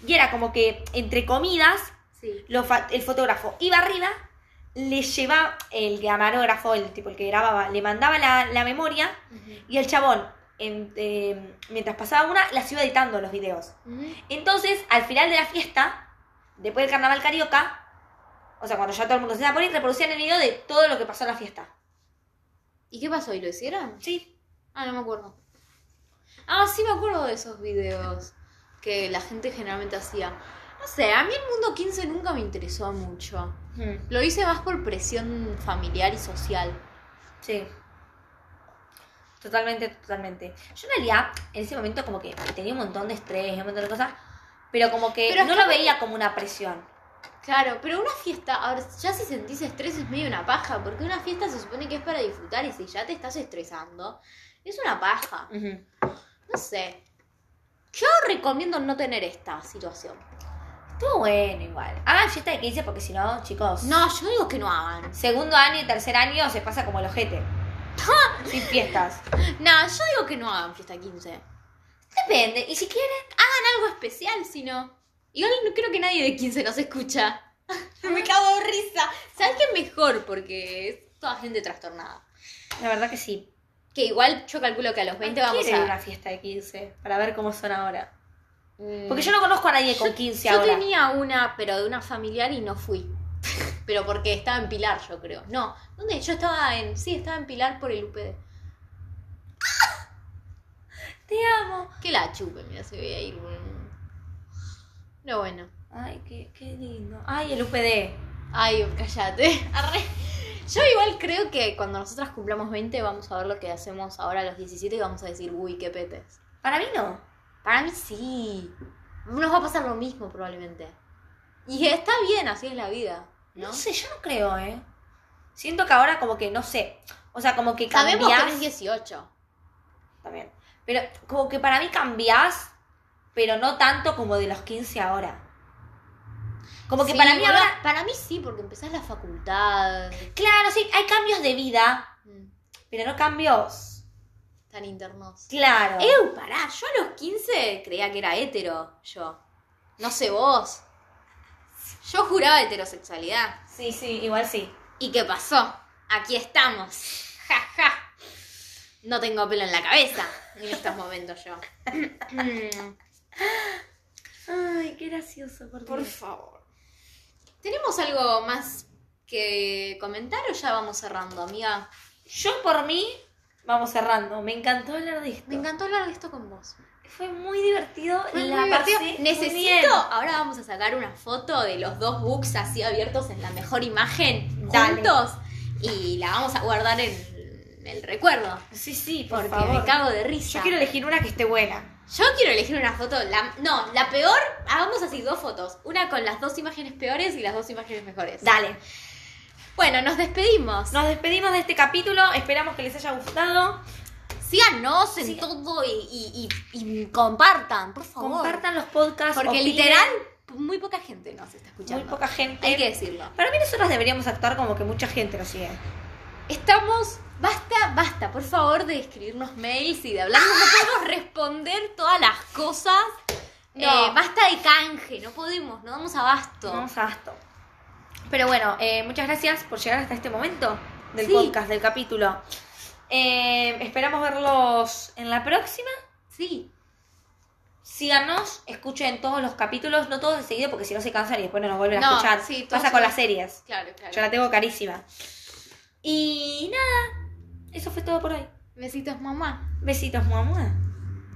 Speaker 2: y era como que, entre comidas,
Speaker 1: Sí.
Speaker 2: lo fa- el fotógrafo iba arriba, le llevaba el camarógrafo, el tipo el que grababa, le mandaba la, la memoria y el chabón, en- eh, mientras pasaba una, las iba editando los videos. Entonces, al final de la fiesta, después del carnaval carioca, o sea, cuando ya todo el mundo se iba a poner, reproducían el video de todo lo que pasó en la fiesta.
Speaker 1: ¿Y qué pasó? ¿Y lo hicieron?
Speaker 2: Sí.
Speaker 1: Ah, no me acuerdo. Ah, sí me acuerdo de esos videos que la gente generalmente hacía. No sé, a mí el mundo 15 nunca me interesó mucho.
Speaker 2: Hmm.
Speaker 1: Lo hice más por presión familiar y social.
Speaker 2: Sí. Totalmente, totalmente. Yo en realidad, en ese momento, como que tenía un montón de estrés, un montón de cosas, pero como que
Speaker 1: Pero es
Speaker 2: no
Speaker 1: que-
Speaker 2: lo veía como una presión.
Speaker 1: Claro, pero una fiesta, a ver, ya si sentís estrés es medio una paja, porque una fiesta se supone que es para disfrutar y si ya te estás estresando, es una paja. No sé. Yo recomiendo no tener esta situación.
Speaker 2: Esto Estuvo bueno igual. Hagan fiesta de 15 porque si no, chicos.
Speaker 1: No, yo digo que no hagan.
Speaker 2: Segundo año y tercer año se pasa como el ojete. Sin fiestas.
Speaker 1: No, yo digo que no hagan fiesta 15. Hagan
Speaker 2: Depende. Y si quieren.
Speaker 1: algo especial, si no. Igual no creo que nadie de 15 nos escucha.
Speaker 2: Me cago de risa.
Speaker 1: ¿Sabes qué mejor? Porque es toda gente trastornada.
Speaker 2: La verdad que sí.
Speaker 1: Que igual yo calculo que a los 20
Speaker 2: Ay,
Speaker 1: vamos
Speaker 2: quiero ir
Speaker 1: a...
Speaker 2: una fiesta de 15 para ver cómo son ahora.
Speaker 1: Mm.
Speaker 2: Porque yo no conozco a nadie con 15
Speaker 1: Yo
Speaker 2: ahora.
Speaker 1: tenía una, pero de una familiar y no fui. Pero porque estaba en Pilar, yo creo. No, ¿dónde? Yo estaba en. Sí, estaba en Pilar por el UPD.
Speaker 2: Te amo.
Speaker 1: Que la chupe, mira, se voy a ir. mm. No, bueno.
Speaker 2: Ay, qué, qué lindo. Ay, el UPD.
Speaker 1: Ay, cállate. Arre. Yo igual creo que cuando nosotras cumplamos 20 vamos a ver lo que hacemos ahora a los 17 y vamos a decir, uy, qué petes.
Speaker 2: Para mí no.
Speaker 1: Para mí sí. Nos va a pasar lo mismo probablemente. Y está bien, así es la vida.
Speaker 2: No,
Speaker 1: ¿no?
Speaker 2: sé, yo no creo, ¿eh? Siento que ahora como que, no sé, o sea, como que
Speaker 1: Sabemos que
Speaker 2: cambiás.
Speaker 1: es 18.
Speaker 2: También. Pero como que para mí cambiás, pero no tanto como de los 15 ahora. Como que
Speaker 1: Sí,
Speaker 2: para mí
Speaker 1: boluda,
Speaker 2: ahora...
Speaker 1: Para mí sí, porque empezás la facultad.
Speaker 2: Claro, sí, hay cambios de vida,
Speaker 1: Mm,
Speaker 2: pero no cambios.
Speaker 1: Tan internos.
Speaker 2: Claro.
Speaker 1: ¡Ew! Pará, yo a los 15 creía que era hétero. Yo. No sé vos. Yo juraba heterosexualidad.
Speaker 2: Sí, sí, igual sí.
Speaker 1: ¿Y qué pasó? Aquí estamos. Ja, ja. No tengo pelo en la cabeza en estos momentos yo.
Speaker 2: Ay, qué gracioso, por,
Speaker 1: Por favor. ¿Tenemos algo más que comentar o ya vamos cerrando, amiga?
Speaker 2: Yo por mí, vamos cerrando. Me encantó hablar de esto.
Speaker 1: Me encantó hablar de esto con vos.
Speaker 2: Fue muy divertido.
Speaker 1: Fue
Speaker 2: la
Speaker 1: muy divertido.
Speaker 2: pasé muy
Speaker 1: Necesito.
Speaker 2: bien.
Speaker 1: Ahora vamos a sacar una foto de los dos books así abiertos en la mejor imagen
Speaker 2: Dale.
Speaker 1: juntos y la vamos a guardar en el recuerdo.
Speaker 2: Sí, sí, por
Speaker 1: Porque
Speaker 2: favor.
Speaker 1: me cago de risa.
Speaker 2: Yo quiero elegir una que esté buena.
Speaker 1: Yo quiero elegir una foto. la- no, la peor. Hagamos así dos fotos. Una con las dos imágenes peores y las dos imágenes mejores.
Speaker 2: Dale.
Speaker 1: Bueno, nos despedimos.
Speaker 2: Nos despedimos de este capítulo. Esperamos que les haya gustado.
Speaker 1: Síganos en
Speaker 2: Sí.
Speaker 1: todo y, y- y- y compartan, por favor.
Speaker 2: Compartan los podcasts.
Speaker 1: Porque
Speaker 2: opinen.
Speaker 1: literal, muy poca gente nos está escuchando.
Speaker 2: muy poca gente.
Speaker 1: Hay que decirlo.
Speaker 2: Para mí nosotros deberíamos actuar como que mucha gente nos sigue.
Speaker 1: Estamos, basta, basta, por favor, de escribirnos mails y de hablar.
Speaker 2: ¡Ah!
Speaker 1: No podemos responder todas las cosas.
Speaker 2: No.
Speaker 1: Eh, basta de canje, no podemos, no damos abasto.
Speaker 2: Vamos a esto. Pero bueno, eh, muchas gracias por llegar hasta este momento del
Speaker 1: Sí.
Speaker 2: podcast, del capítulo. Eh, esperamos verlos en la próxima.
Speaker 1: Sí,
Speaker 2: Síganos, escuchen todos los capítulos, no todos de seguido porque si no se cansan y después no nos vuelven a
Speaker 1: No,
Speaker 2: escuchar.
Speaker 1: sí, todos
Speaker 2: Pasa con
Speaker 1: son-
Speaker 2: las series.
Speaker 1: claro, claro.
Speaker 2: Yo la tengo carísima. Y nada, eso fue todo por hoy.
Speaker 1: Besitos, mamá.
Speaker 2: Besitos, mamá.